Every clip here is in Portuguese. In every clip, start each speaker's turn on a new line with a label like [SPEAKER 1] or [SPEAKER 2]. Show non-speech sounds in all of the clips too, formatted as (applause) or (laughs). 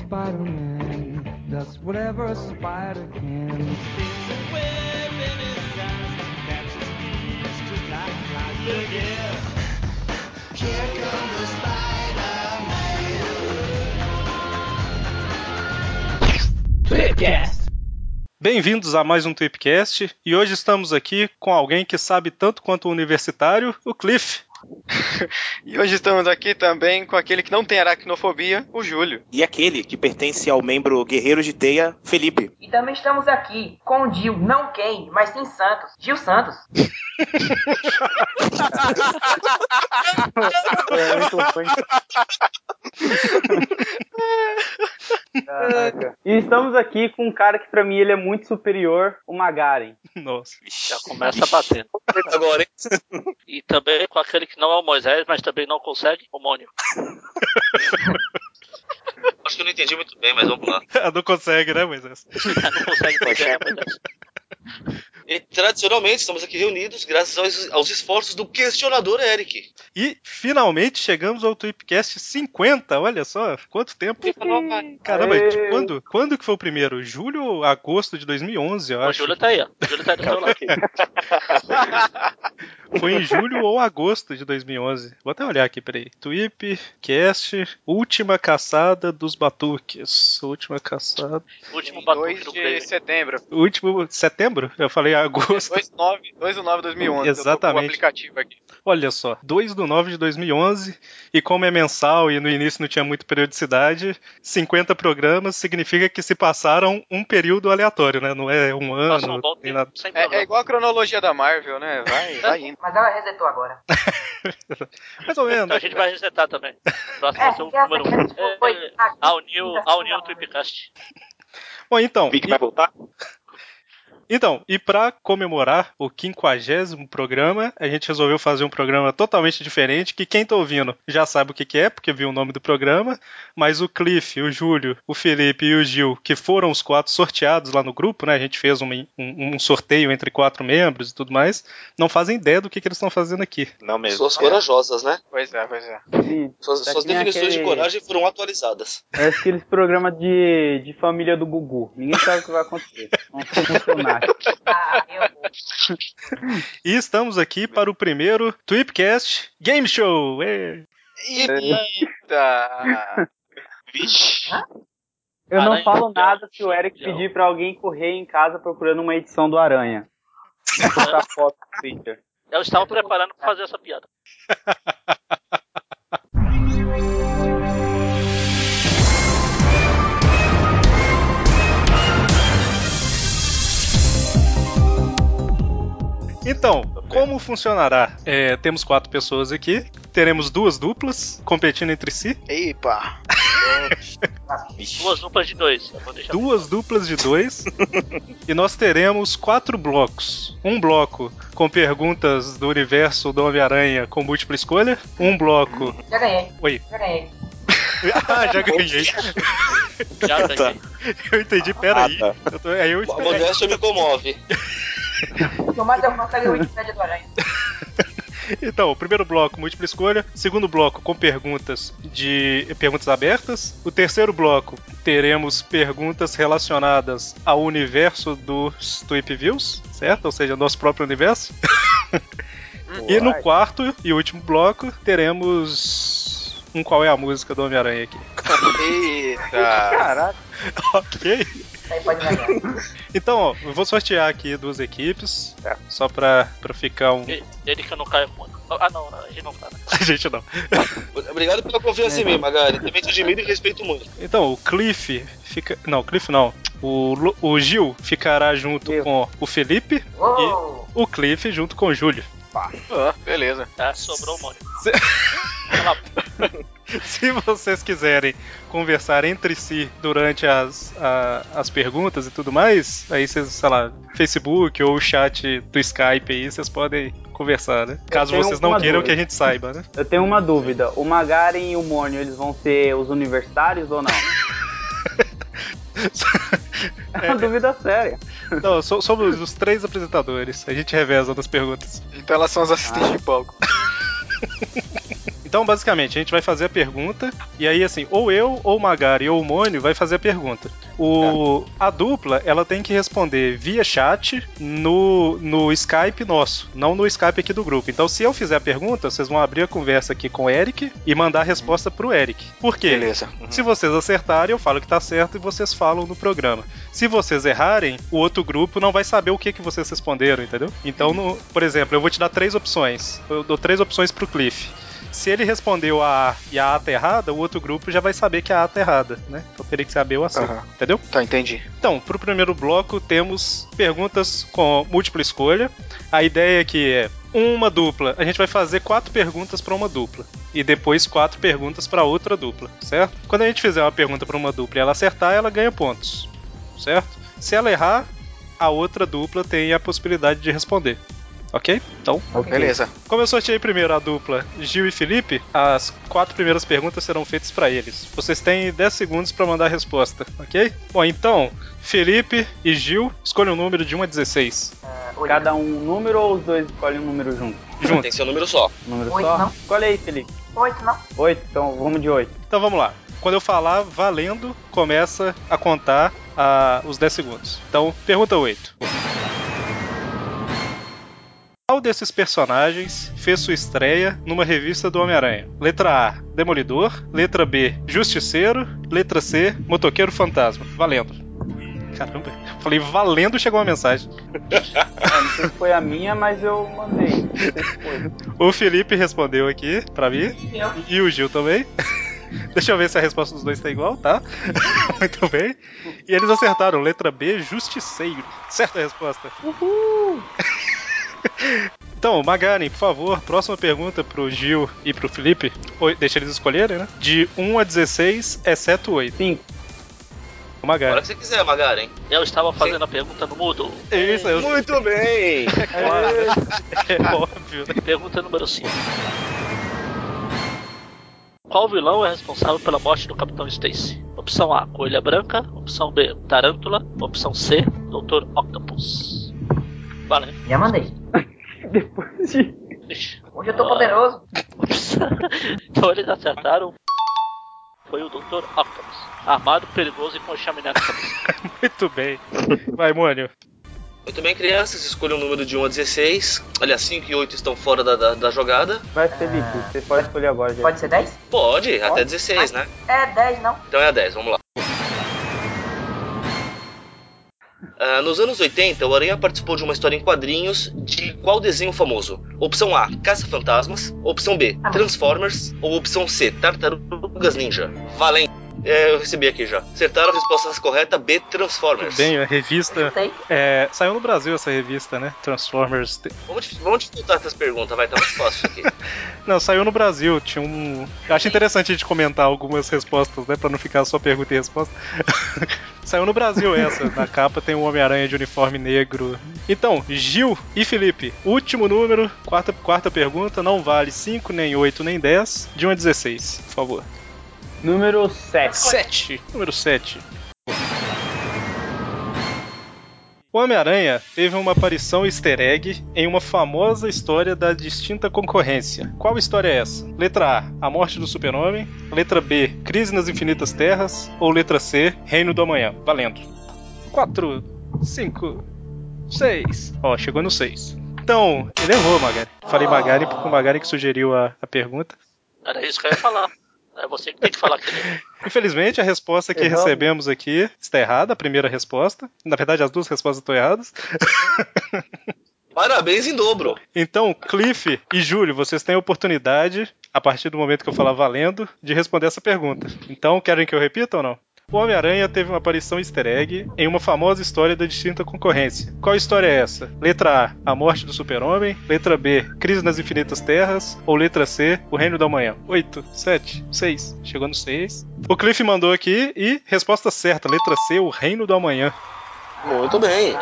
[SPEAKER 1] Spider Man does whatever a spider can.
[SPEAKER 2] Spins a web in his eyes, catches thieves just like flies. Look here, here comes the
[SPEAKER 3] Tweepcast.
[SPEAKER 4] Bem-vindos a mais um Tweepcast e hoje estamos aqui com alguém que sabe tanto quanto o universitário, o Cliff. (laughs)
[SPEAKER 5] E hoje estamos aqui também com aquele que não tem aracnofobia, o Júlio.
[SPEAKER 3] E aquele que pertence ao membro Guerreiro de Teia, Felipe.
[SPEAKER 6] E também estamos aqui com o Gil, não quem, mas sim Santos. Gil Santos.
[SPEAKER 7] É muito fã. Caraca. E estamos aqui com um cara que pra mim ele é muito superior, o Magaren.
[SPEAKER 4] Nossa. (laughs)
[SPEAKER 8] Já começa batendo.
[SPEAKER 3] Agora, hein?
[SPEAKER 8] E também com aquele que não é o Moisés, mas também não consegue, homônio.
[SPEAKER 9] Acho que eu não entendi muito bem, mas vamos lá.
[SPEAKER 4] Não consegue, né, Moisés?
[SPEAKER 8] Não consegue também, é Moisés.
[SPEAKER 9] E tradicionalmente estamos aqui reunidos graças aos, aos esforços do questionador Eric.
[SPEAKER 4] E finalmente chegamos ao Tweepcast 50, olha só, quanto tempo. Caramba,
[SPEAKER 7] Aê.
[SPEAKER 4] de quando, quando que foi o primeiro? Julho ou agosto de 2011, eu
[SPEAKER 8] O
[SPEAKER 4] acho.
[SPEAKER 8] Júlio tá aí, ó. O Júlio tá aí do seu lado.
[SPEAKER 4] Foi em julho ou agosto de 2011. Vou até olhar aqui, peraí. Tweepcast, última caçada dos batuques. Última caçada...
[SPEAKER 8] O último
[SPEAKER 5] Em
[SPEAKER 8] batuque
[SPEAKER 5] 2
[SPEAKER 8] do
[SPEAKER 5] de
[SPEAKER 8] Cleiton.
[SPEAKER 5] setembro.
[SPEAKER 4] Último setembro? Eu falei agosto.
[SPEAKER 5] 2 de 9, 2 de 9 de 2011. eu tô com
[SPEAKER 4] Exatamente.
[SPEAKER 5] O aplicativo aqui.
[SPEAKER 4] Olha só, 2 do 9 de 2011, e como é mensal e no início não tinha muita periodicidade, 50 programas significa que se passaram um período aleatório, né? Não é um
[SPEAKER 8] Passa
[SPEAKER 4] ano,
[SPEAKER 8] um bom
[SPEAKER 4] nem nada.
[SPEAKER 8] tempo, sem
[SPEAKER 5] É, é
[SPEAKER 8] problema.
[SPEAKER 5] igual a cronologia da Marvel, né?
[SPEAKER 8] (laughs)
[SPEAKER 5] Vai, vai indo.
[SPEAKER 6] Mas ela resetou agora.
[SPEAKER 4] Mais ou
[SPEAKER 8] Então a (laughs)
[SPEAKER 4] menos.
[SPEAKER 8] gente vai resetar também. Próximo
[SPEAKER 6] É,
[SPEAKER 8] vai ser o
[SPEAKER 6] porque essa
[SPEAKER 8] número
[SPEAKER 6] gente
[SPEAKER 8] (laughs)
[SPEAKER 6] foi
[SPEAKER 8] 1.
[SPEAKER 6] aqui.
[SPEAKER 8] Ao New, ao New Tweepcast.
[SPEAKER 4] Bom, então,
[SPEAKER 3] Vic vai voltar?
[SPEAKER 4] então, e para comemorar o 50 programa, a gente resolveu fazer um programa totalmente diferente, que quem tá ouvindo já sabe o que que é, porque viu o nome do programa, mas o Cliff, o Júlio, o Felipe e o Gil, que foram os quatro sorteados lá no grupo, né? A gente fez uma- um, um sorteio entre quatro membros e tudo mais, não fazem ideia do que, que eles estão fazendo aqui.
[SPEAKER 3] Não mesmo.
[SPEAKER 9] Pessoas corajosas, né?
[SPEAKER 5] Pois é, pois é.
[SPEAKER 7] Esse-
[SPEAKER 9] Suas,
[SPEAKER 7] Tá
[SPEAKER 9] suas
[SPEAKER 7] que nem
[SPEAKER 9] definições de
[SPEAKER 7] aquele-
[SPEAKER 9] coragem foram atualizadas.
[SPEAKER 7] Parece é aqueles programas de, de família do Gugu. Ninguém sabe o que vai acontecer. Vamos se é um emocionar.
[SPEAKER 6] Ah, eu
[SPEAKER 4] E estamos aqui para o primeiro Tweepcast Game Show! Ê!
[SPEAKER 5] Eita.
[SPEAKER 9] Vixe.
[SPEAKER 7] Eu não
[SPEAKER 8] Aranha
[SPEAKER 7] falo
[SPEAKER 8] Mundial.
[SPEAKER 7] nada se o Eric pedir pra alguém correr em casa procurando uma edição do Aranha. Botar foto no Twitter.
[SPEAKER 8] Eu estava preparando pra fazer essa piada.
[SPEAKER 4] Então, como funcionará? É, temos quatro pessoas aqui, teremos duas duplas competindo entre si,
[SPEAKER 5] Epa.
[SPEAKER 8] Duas duplas de dois. Eu vou deixar
[SPEAKER 4] duas duplas de dois, e nós teremos quatro blocos. Um bloco com perguntas do universo do Homem-Aranha com múltipla escolha, um bloco.
[SPEAKER 6] já ganhei.
[SPEAKER 4] Oi.
[SPEAKER 6] Já ganhei.
[SPEAKER 4] (laughs) Ah, já ganhei. (laughs)
[SPEAKER 8] já
[SPEAKER 4] Tá.
[SPEAKER 8] daqui.
[SPEAKER 4] Eu entendi, peraí.
[SPEAKER 3] Ah,
[SPEAKER 4] Eu tô- aí eu
[SPEAKER 9] A
[SPEAKER 4] esperei.
[SPEAKER 9] modéstia me comove.
[SPEAKER 6] No mais eu faço a Wikipedia do Aranha.
[SPEAKER 4] Então, o primeiro bloco, múltipla escolha. Segundo bloco, com perguntas de perguntas abertas. O terceiro bloco, teremos perguntas relacionadas ao universo dos Tweep Views, certo? Ou seja, nosso próprio universo. (laughs) e no quarto e último bloco, teremos um qual é a música do Homem-Aranha aqui. (laughs)
[SPEAKER 5] Eita.
[SPEAKER 4] ok.
[SPEAKER 6] Aí
[SPEAKER 5] (laughs)
[SPEAKER 6] pode ganhar.
[SPEAKER 4] Então, ó, eu vou sortear aqui duas equipes, só pra, pra ficar um...
[SPEAKER 8] Ele- Ele que eu não caio muito. Ah, não, a gente não tá. né?
[SPEAKER 4] (laughs) A gente não.
[SPEAKER 9] Obrigado pela confiança em mim, Magari. Também te admiro e respeito muito.
[SPEAKER 4] Então, o Cliff fica. Não, o Cliff não. O, Lu- o Gil ficará junto
[SPEAKER 7] Eu.
[SPEAKER 4] com o Felipe,
[SPEAKER 6] Uou!
[SPEAKER 4] o Cliff junto com o Júlio.
[SPEAKER 5] Ah, beleza.
[SPEAKER 8] Tá, sobrou o Mônio.
[SPEAKER 4] (laughs) Se vocês quiserem conversar entre si durante as, a- as perguntas e tudo mais, aí vocês, sei lá, Facebook ou o chat do Skype aí, vocês podem conversar, né? Caso
[SPEAKER 7] tenho
[SPEAKER 4] vocês não
[SPEAKER 7] uma
[SPEAKER 4] queiram
[SPEAKER 7] dúvida.
[SPEAKER 4] que a gente saiba, né?
[SPEAKER 7] Eu tenho uma dúvida. O Magaren e o Mônio, eles vão ser os universitários ou não? É uma dúvida séria.
[SPEAKER 4] Não, so- somos os três apresentadores. A gente reveza nas perguntas.
[SPEAKER 5] Então elas são as assistentes de palco.
[SPEAKER 4] (laughs) Então, basicamente, a gente vai fazer a pergunta, e aí, assim, ou eu, ou o Magari, ou o Mônio vai fazer a pergunta. O, A dupla, ela tem que responder via chat no, no Skype nosso, não no Skype aqui do grupo. Então, se eu fizer a pergunta, vocês vão abrir a conversa aqui com o Eric e mandar a resposta pro Eric. Por quê?
[SPEAKER 9] Beleza.
[SPEAKER 4] Se vocês acertarem, eu falo que tá certo e vocês falam no programa. Se vocês errarem, o outro grupo não vai saber o que, que vocês responderam, entendeu? Então, no- por exemplo, eu vou te dar três opções. Eu dou três opções pro Cliff. Se ele respondeu a A e a A tá errada, o outro grupo já vai saber que a A tá errada, né? Então teria que saber o acerto,
[SPEAKER 9] Aham.
[SPEAKER 4] entendeu?
[SPEAKER 9] Tá, entendi.
[SPEAKER 4] Então, pro primeiro bloco temos perguntas com múltipla escolha. A ideia aqui é uma dupla. A gente vai fazer quatro perguntas para uma dupla e depois quatro perguntas para outra dupla, certo? Quando a gente fizer uma pergunta para uma dupla e ela acertar, ela ganha pontos, certo? Se ela errar, a outra dupla tem a possibilidade de responder. Ok? Então,
[SPEAKER 9] Beleza.
[SPEAKER 4] como eu sorteei primeiro a dupla Gil e Felipe, as quatro primeiras perguntas serão feitas para eles. Vocês têm 10 segundos para mandar a resposta, ok? Bom, então, Felipe e Gil, escolham um número de 1 a 16.
[SPEAKER 7] Cada um um número ou os dois escolhem um número junto?
[SPEAKER 4] Juntos.
[SPEAKER 9] Tem que ser um número só.
[SPEAKER 7] Um número
[SPEAKER 6] Oito,
[SPEAKER 7] só?
[SPEAKER 6] não.
[SPEAKER 7] Escolhe aí, Felipe.
[SPEAKER 6] Oito, não?
[SPEAKER 7] Oito, então vamos de oito.
[SPEAKER 4] Então vamos lá. Quando eu falar valendo, começa a contar ah, os 10 segundos. Então, pergunta 8. Qual desses personagens fez sua estreia numa revista do Homem-Aranha? Letra A, Demolidor. Letra B, Justiceiro. Letra C, Motoqueiro Fantasma. Valendo. Caramba, falei valendo chegou uma mensagem.
[SPEAKER 7] É, não sei se foi a minha, mas eu mandei. Não sei se foi.
[SPEAKER 4] O Felipe respondeu aqui pra mim.
[SPEAKER 6] Eu.
[SPEAKER 4] E o Gil também. (laughs) Deixa eu ver se a resposta dos dois tá igual, tá? (laughs) Muito bem. E eles acertaram, letra B, justiceiro. Certa a resposta. Uhul! (laughs) Então, Magari, por favor, próxima pergunta pro Gil e pro Felipe. Oi, deixa eles escolherem, né? De 1 a é 16, exceto 8.
[SPEAKER 7] Cinco.
[SPEAKER 9] Hora
[SPEAKER 4] Magari.
[SPEAKER 9] que você quiser, Magara, hein?
[SPEAKER 8] Eu estava fazendo a pergunta no mudo.
[SPEAKER 4] É Isso, eu
[SPEAKER 9] Muito bem!
[SPEAKER 4] (laughs) é óbvio, né?
[SPEAKER 8] Pergunta número 5. Qual vilão é responsável pela morte do Capitão Stacy? Opção A, Coelha Branca. Opção B, Tarântula. Opção C, Dr. Octopus. Vale.
[SPEAKER 6] Já mandei.
[SPEAKER 7] Depois de.
[SPEAKER 8] Ixi. (laughs)
[SPEAKER 6] Hoje eu tô poderoso.
[SPEAKER 8] então eles acertaram. Foi o Dr. Octopus. Armado, perigoso e com chaminé na cabeça.
[SPEAKER 4] Muito bem. Vai, Mônio.
[SPEAKER 9] Muito bem, crianças, escolha um número de 1 a 16. Aliás, 5 e 8 estão fora da, da, da jogada.
[SPEAKER 7] Vai, Felipe. Você pode escolher agora, gente.
[SPEAKER 6] Pode ser dez?
[SPEAKER 9] Pode, até 16, né?
[SPEAKER 6] É, dez, não?
[SPEAKER 9] Então é a 10, vamos lá. Ah, nos anos 80, o Aranha participou de uma história em quadrinhos de qual desenho famoso? Opção A, Caça-Fantasmas. Opção B, Transformers. Ou opção C, Tartarugas Ninja. Valente. É, eu recebi aqui já. Acertaram a resposta correta, B, Transformers.
[SPEAKER 4] Bem, a
[SPEAKER 6] Eu
[SPEAKER 4] revista.
[SPEAKER 6] sei.
[SPEAKER 4] é, saiu no Brasil essa revista, né? Transformers
[SPEAKER 9] Vamos, dif- vamos dificultar essas perguntas, vai, tá mais fácil aqui.
[SPEAKER 4] Não, saiu no Brasil, tinha um. Eu acho interessante a gente comentar algumas respostas, né? Pra não ficar só pergunta e resposta. (laughs) saiu no Brasil essa. Na capa tem um Homem-Aranha de uniforme negro. Então, Gil e Felipe, último número, quarta, quarta pergunta, não vale 5, nem 8, nem 10, de 1 a 16, por favor.
[SPEAKER 7] Número 7.
[SPEAKER 4] 7. Número 7. O Homem-Aranha teve uma aparição easter egg em uma famosa história da distinta concorrência. Qual história é essa? Letra A, A Morte do Super-Homem. Letra B, Crise nas Infinitas Terras. Ou letra C, Reino do Amanhã. Valendo. 4, 5, 6. Ó, chegou no 6. Então, ele errou, Magari. Falei Magari porque o Magari que sugeriu a- a pergunta.
[SPEAKER 8] Era isso que eu ia falar. É você que tem que falar que
[SPEAKER 4] Infelizmente, a resposta que
[SPEAKER 7] Erramos.
[SPEAKER 4] recebemos aqui está errada, a primeira resposta. Na verdade, as duas respostas estão erradas.
[SPEAKER 9] (laughs) Parabéns em dobro.
[SPEAKER 4] Então, Cliff e Júlio, vocês têm a oportunidade, a partir do momento que eu falar valendo, de responder essa pergunta. Então, querem que eu repita ou não? O Homem-Aranha teve uma aparição easter egg em uma famosa história da distinta concorrência. Qual história é essa? Letra A, A Morte do Super-Homem. Letra B, Crise nas Infinitas Terras. Ou letra C, O Reino da Manhã. 8, 7, 6. Chegou no 6. O Cliff mandou aqui e resposta certa. Letra C, O Reino da Manhã.
[SPEAKER 9] Muito bem.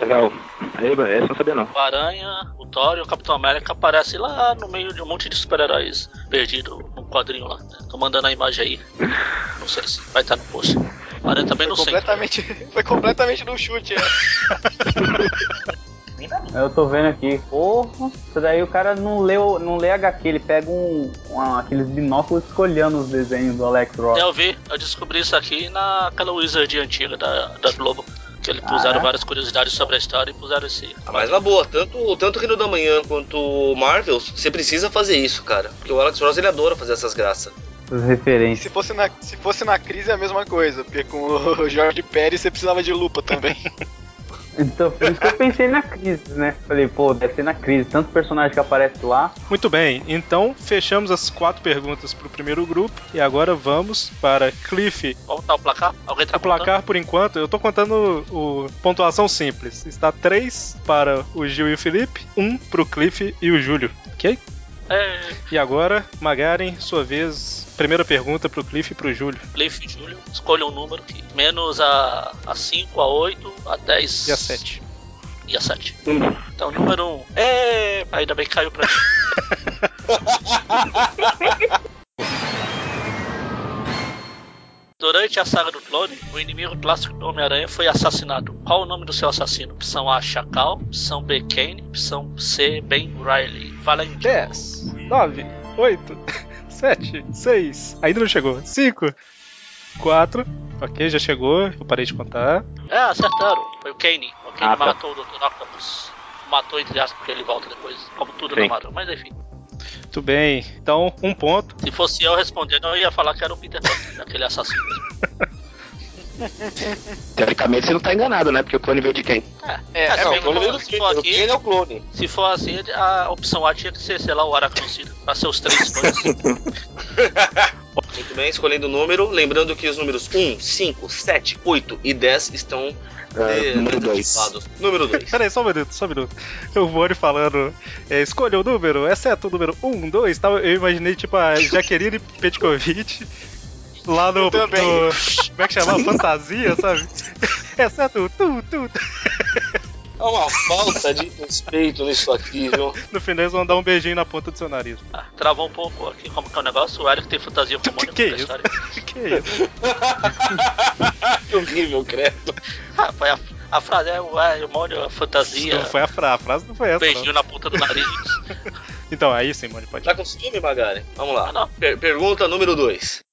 [SPEAKER 10] Legal. Aí, essa eu não sabia não.
[SPEAKER 8] o Aranha, o Thor e o Capitão América aparecem lá no meio de um monte de super-heróis perdido no quadrinho lá. Tô mandando a imagem aí.
[SPEAKER 7] (laughs)
[SPEAKER 8] Não sei se vai estar no post. O Aranha também
[SPEAKER 5] Foi
[SPEAKER 8] não sei.
[SPEAKER 5] completamente, foi completamente no chute. é.
[SPEAKER 6] Vem pra mim.
[SPEAKER 7] Eu tô vendo aqui. Porra, isso daí o cara não lê, o- não lê HQ, ele pega um, um- aqueles binóculos escolhendo os desenhos do Alex Ross.
[SPEAKER 8] É, eu vi, eu descobri isso aqui naquela Wizard antiga da, da Globo. Que eles
[SPEAKER 7] Ah,
[SPEAKER 8] puseram
[SPEAKER 7] é?
[SPEAKER 8] várias curiosidades sobre a história e puseram esse.
[SPEAKER 9] Ah, Mas na boa, tanto tanto Reino da Manhã quanto Marvel, você precisa fazer isso, cara. Porque o Alex Ross ele adora fazer essas graças.
[SPEAKER 7] As referências.
[SPEAKER 5] Se fosse, na, se fosse na crise é a mesma coisa, porque com o (laughs) Jorge Pérez você precisava de lupa também.
[SPEAKER 7] Então, por isso que eu pensei na crise, né? Falei, pô, deve ser na crise. Tantos personagens que aparecem lá.
[SPEAKER 4] Muito bem, então fechamos as quatro perguntas para o primeiro grupo e agora vamos para Cliff.
[SPEAKER 8] Vamos botar o placar? Alguém tá
[SPEAKER 4] O placar, por enquanto, eu tô contando o pontuação simples. Está 3 para o Gil e o Felipe, 1 para o Cliff e o Júlio, ok?
[SPEAKER 8] contando? É,
[SPEAKER 4] E agora, Magaren, sua vez, primeira pergunta para o Cliff e para o Júlio.
[SPEAKER 8] Cliff e Júlio, escolha um número que menos a, a 5, a 8, a 10
[SPEAKER 4] E a 7.
[SPEAKER 8] E a 7.
[SPEAKER 10] Hum.
[SPEAKER 8] Então, número 1. Um. É, ainda bem que caiu
[SPEAKER 10] (laughs)
[SPEAKER 8] pra mim. Durante a saga do clone, o inimigo clássico do Homem-Aranha foi assassinado. Qual o nome do seu assassino? Opção A, Chacal. Opção B, Kane. Opção C, Ben Riley. Fala aí.
[SPEAKER 4] 10, 9, (laughs) 8, 7, 6. Ainda não chegou. 5, 4. Ok, já chegou, eu parei de contar.
[SPEAKER 8] É, acertaram. Foi o Kane. O Kane
[SPEAKER 10] Ah, tá.
[SPEAKER 8] matou o Dr. Octopus. Matou, entre aspas, porque ele volta depois. Como tudo
[SPEAKER 10] Sim.
[SPEAKER 8] na Marvel. Mas enfim.
[SPEAKER 4] Muito bem, então, um ponto.
[SPEAKER 8] Se fosse eu respondendo, eu ia falar que era o Peter Parker, aquele assassino.
[SPEAKER 10] (laughs) Teoricamente você não tá enganado, né? Porque o clone veio de quem?
[SPEAKER 8] É, é,
[SPEAKER 9] não,
[SPEAKER 8] se,
[SPEAKER 9] o clone veio
[SPEAKER 8] for,
[SPEAKER 9] do
[SPEAKER 8] se, for
[SPEAKER 9] Peter, o
[SPEAKER 8] aqui,
[SPEAKER 9] Kane é o clone.
[SPEAKER 8] se for assim, a opção A tinha que ser, sei lá, o Aracnocida. Pra ser os três
[SPEAKER 9] (laughs)
[SPEAKER 8] clones.
[SPEAKER 9] Muito bem, escolhendo o número, lembrando que os números 1, 5, 7, 8 e 10 estão
[SPEAKER 10] É,
[SPEAKER 9] eh,
[SPEAKER 10] número 2.
[SPEAKER 9] identificados. Número 2.
[SPEAKER 4] Peraí, só um minuto, só um minuto. O Boni falando, é, escolha o número, exceto o número 1, 2, tal. Eu imaginei, tipo, a Jaqueline Petkovic lá no, no.
[SPEAKER 5] também.
[SPEAKER 4] Como é que chamava? Fantasia, sabe? (laughs) Exceto o tu, tu, tu.
[SPEAKER 9] É uma falta de respeito nisso aqui, viu?
[SPEAKER 4] No final eles vão dar um beijinho na ponta do seu nariz.
[SPEAKER 8] Ah, Travou um pouco aqui, como que é o negócio? O Eric tem fantasia com o Mônica
[SPEAKER 9] é
[SPEAKER 4] Que
[SPEAKER 8] pra
[SPEAKER 4] isso?
[SPEAKER 8] história.
[SPEAKER 4] Que é isso?
[SPEAKER 9] Que horrível, credo.
[SPEAKER 8] Ah, foi a, a frase é o é, o Mônio, a fantasia,
[SPEAKER 4] Não foi a frase, a frase não foi essa.
[SPEAKER 8] beijinho
[SPEAKER 4] Não.
[SPEAKER 8] na ponta do nariz.
[SPEAKER 9] (laughs)
[SPEAKER 4] Então, aí sim, Boni, pode.
[SPEAKER 9] Tá com ciúme, Magari? Vamos
[SPEAKER 8] Ah,
[SPEAKER 9] lá.
[SPEAKER 8] não.
[SPEAKER 9] Per- pergunta número 2.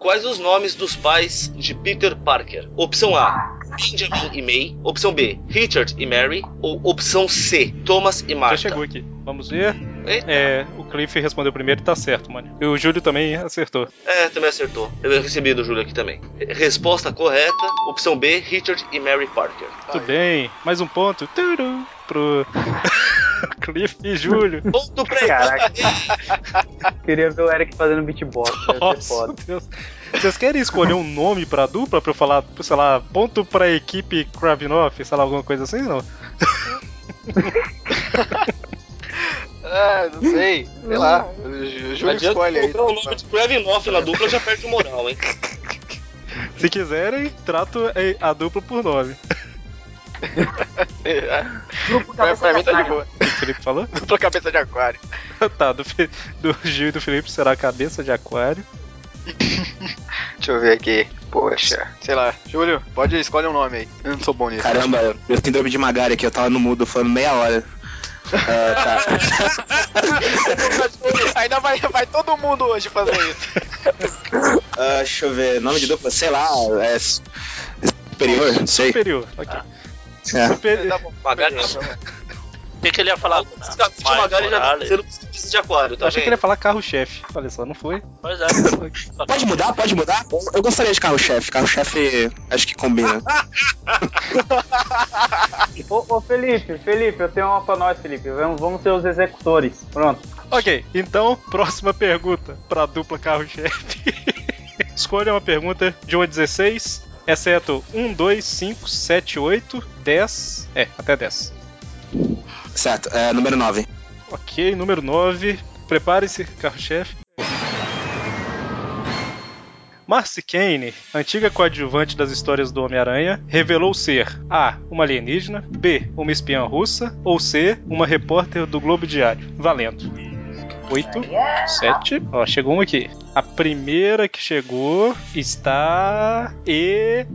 [SPEAKER 9] Quais os nomes dos pais de Peter Parker? Opção A, Benjamin e May. Opção B, Richard e Mary. Ou opção C, Thomas e Martha.
[SPEAKER 4] Já chegou aqui. Vamos ver.
[SPEAKER 9] Eita.
[SPEAKER 4] É, o Cliff respondeu primeiro e tá certo, mano. E o Júlio também acertou.
[SPEAKER 9] É, também acertou. Eu recebi do Júlio aqui também. Resposta correta, opção B, Richard e Mary
[SPEAKER 4] (laughs)
[SPEAKER 9] Parker.
[SPEAKER 4] Muito bem. Mais um ponto. Turu, pro (laughs) Cliff e Júlio.
[SPEAKER 9] Ponto pra ele.
[SPEAKER 7] Caraca. (laughs) Queria ver o Eric fazendo beatbox. Deve ser
[SPEAKER 4] Nossa,
[SPEAKER 7] foda.
[SPEAKER 4] Deus. Vocês querem escolher um nome pra dupla pra eu falar, sei lá, ponto pra equipe Kravinoff, sei lá, alguma coisa assim? Não.
[SPEAKER 5] Ah, não sei. Sei lá. O
[SPEAKER 9] Não
[SPEAKER 5] Júlio
[SPEAKER 9] adianta
[SPEAKER 5] escolhe aí.
[SPEAKER 9] colocar o nome de Kravinoff na dupla, já perde o moral, hein?
[SPEAKER 4] Se quiserem, trato a- a dupla por nome.
[SPEAKER 6] Grupo
[SPEAKER 5] Pra,
[SPEAKER 6] cabeça
[SPEAKER 5] pra mim tá de
[SPEAKER 6] aquário.
[SPEAKER 5] boa.
[SPEAKER 4] O Felipe falou? (laughs)
[SPEAKER 5] Tô cabeça de aquário.
[SPEAKER 4] tá, do, Fe- do Gil e do Felipe será a cabeça de aquário.
[SPEAKER 5] Deixa eu ver aqui. Poxa. Sei lá. Júlio, pode escolher um nome aí. Eu não sou bom nisso.
[SPEAKER 10] Caramba, meu síndrome de Magari aqui, eu tava no mudo falando meia hora. Ah, tá.
[SPEAKER 5] Ainda vai, vai todo mundo hoje fazer isso.
[SPEAKER 10] Ah, deixa eu ver, nome de dupla, sei lá, é s- superior, não sei.
[SPEAKER 4] Superior, ok.
[SPEAKER 10] É.
[SPEAKER 4] Superi-
[SPEAKER 5] Tá bom.
[SPEAKER 9] Magari
[SPEAKER 5] beleza, vai.
[SPEAKER 8] Tem que ele ia falar. Ah,
[SPEAKER 9] O desafio de Magari já tá sendo difícil de aquário,
[SPEAKER 4] Eu
[SPEAKER 9] tá
[SPEAKER 4] achei que ele ia
[SPEAKER 9] vendo?
[SPEAKER 4] falar carro-chefe. Olha só, não foi.
[SPEAKER 8] Pois é. Só
[SPEAKER 10] Pode
[SPEAKER 8] que-
[SPEAKER 10] mudar, pode mudar. Eu- Eu gostaria de carro-chefe, carro-chefe acho que
[SPEAKER 3] (laughs)
[SPEAKER 10] combina.
[SPEAKER 7] Ô, ô, Felipe, Felipe, eu tenho uma pra nós, Felipe. Vamos, vamos ser os executores. Pronto.
[SPEAKER 4] Ok, então, (laughs) próxima pergunta pra dupla carro-chefe. (laughs) Escolha uma pergunta de 1 a 16, exceto 1, 2, 5, 7, 8, 10. É, até 10.
[SPEAKER 10] Certo, é, número 9.
[SPEAKER 4] Ok, número 9. Prepare-se, carro-chefe. Marcy Kane, antiga coadjuvante das histórias do Homem-Aranha, revelou ser A. Uma alienígena, B. Uma espiã russa, ou C. Uma repórter do Globo Diário. Valendo. 8,
[SPEAKER 6] É,
[SPEAKER 4] 7. Ó, chegou um aqui. A primeira que chegou está. E. (laughs)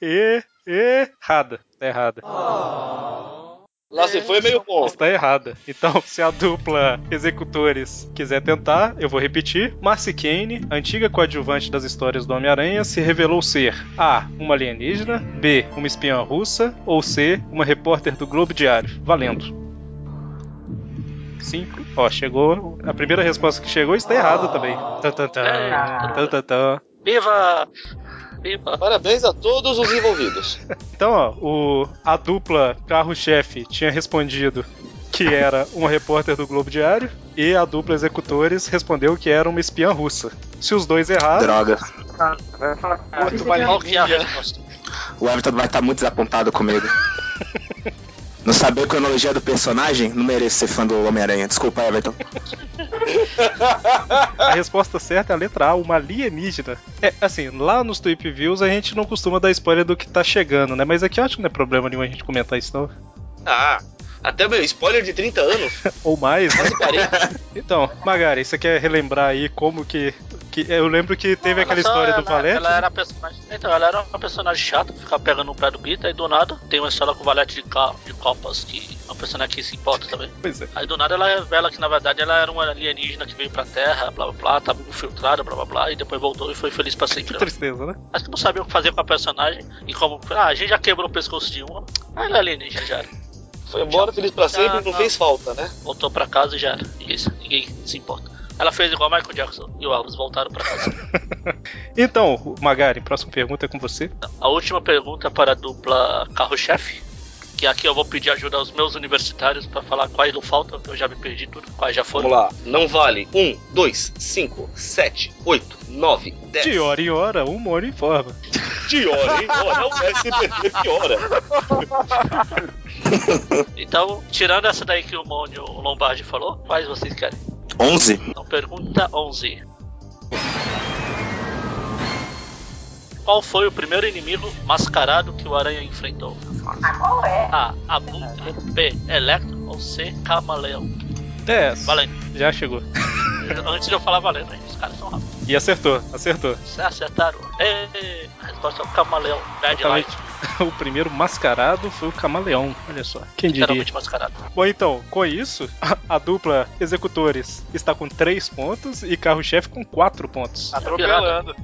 [SPEAKER 4] E. Errada. Tá errada.
[SPEAKER 9] Lá se foi meio bom.
[SPEAKER 4] Está errada. Então, (laughs) se a dupla Executores quiser tentar, eu vou repetir. Marcy Kane, antiga coadjuvante das histórias do Homem-Aranha, se revelou ser A. Uma alienígena, B. Uma espiã russa, ou C. Uma repórter do Globo Diário. Valendo. 5. Ó, chegou. A primeira resposta que chegou está errada também. Tan, tan, tan. Tan, tan, tan.
[SPEAKER 8] Viva! Viva!
[SPEAKER 9] Parabéns a todos os envolvidos.
[SPEAKER 4] Então, ó, o, a dupla carro-chefe tinha respondido que era uma repórter do Globo Diário e a dupla executores respondeu que era uma espiã russa. Se os dois
[SPEAKER 3] Ah.
[SPEAKER 4] erraram,
[SPEAKER 10] Droga.
[SPEAKER 9] Muito mais
[SPEAKER 8] Qual que é a resposta?
[SPEAKER 10] O Everton vai estar muito
[SPEAKER 3] (laughs)
[SPEAKER 10] desapontado comigo. Não saber a cronologia do personagem? Não mereço ser fã do Homem-Aranha. Desculpa, Everton.
[SPEAKER 4] a resposta certa é a letra A, uma alienígena. É, assim, lá nos Tweep Views a gente não costuma dar spoiler do que tá chegando, né? Mas aqui eu acho que não é problema nenhum a gente comentar isso, não.
[SPEAKER 9] (laughs) Ah, até meu spoiler de 30 anos.
[SPEAKER 4] Ou mais, né?
[SPEAKER 9] Quase 40.
[SPEAKER 4] (laughs) Então, Magari, você quer relembrar aí como que. que eu lembro que teve
[SPEAKER 8] Ela
[SPEAKER 4] aquela
[SPEAKER 8] só-
[SPEAKER 4] história do
[SPEAKER 8] ela,
[SPEAKER 4] Valete.
[SPEAKER 8] Ela era a personagem. Então, ela era uma personagem chata, que ficava pegando o pé do Peter, aí do nada tem uma história com o Valete de, ca- de Copas, que é uma personagem que se importa também.
[SPEAKER 4] Pois é.
[SPEAKER 8] Aí do nada ela revela que na verdade ela era uma alienígena que veio pra Terra, blá blá blá, tava infiltrada, blá blá blá, e depois voltou e foi feliz pra sempre.
[SPEAKER 4] Que
[SPEAKER 8] né?
[SPEAKER 4] tristeza, né?
[SPEAKER 8] Acho que não sabiam o que fazer com a personagem e como. Ah, a gente já quebrou o pescoço de uma. Ah, ela é alienígena já era.
[SPEAKER 9] Foi embora, feliz pra sempre, não fez falta, né?
[SPEAKER 8] Voltou pra casa e já era. Ninguém, se- ninguém se importa. Ela fez igual a Michael Jackson e o Elvis voltaram pra casa.
[SPEAKER 4] Então, Magari, próxima pergunta é com você.
[SPEAKER 8] a última pergunta é para a dupla carro-chefe. Que aqui eu vou pedir ajuda aos meus universitários pra falar quais não faltam, que eu já me perdi tudo, quais já foram.
[SPEAKER 9] Vamos lá. Não vale. 1, 2, 5, 7, 8, 9, 10.
[SPEAKER 4] De hora em hora, uma hora em forma.
[SPEAKER 9] De hora, (laughs) hein? Olha o SBT piora.
[SPEAKER 8] Então, tirando essa daí que o Mônio Lombardi falou, quais vocês querem?
[SPEAKER 10] 11?
[SPEAKER 8] Então, pergunta 11. Qual foi o primeiro inimigo mascarado que o Aranha enfrentou?
[SPEAKER 6] Ah, qual é?
[SPEAKER 8] A. Abutre. B. Electro. Ou C. Camaleão.
[SPEAKER 4] 10.
[SPEAKER 8] Valendo.
[SPEAKER 4] Já chegou.
[SPEAKER 8] Antes de eu falar valendo, hein? os caras são rápidos.
[SPEAKER 4] E acertou, acertou. (laughs)
[SPEAKER 8] Vocês acertaram. Ê, a resposta é o Camaleão. Bad
[SPEAKER 4] Exatamente.
[SPEAKER 8] Light.
[SPEAKER 4] O primeiro mascarado foi o camaleão. Olha só. Quem diria?
[SPEAKER 8] Literalmente mascarado.
[SPEAKER 4] Bom, então, com isso, a dupla Executores está com 3 pontos e Carro-Chefe com 4
[SPEAKER 8] (laughs)
[SPEAKER 4] pontos.
[SPEAKER 5] Atropelando.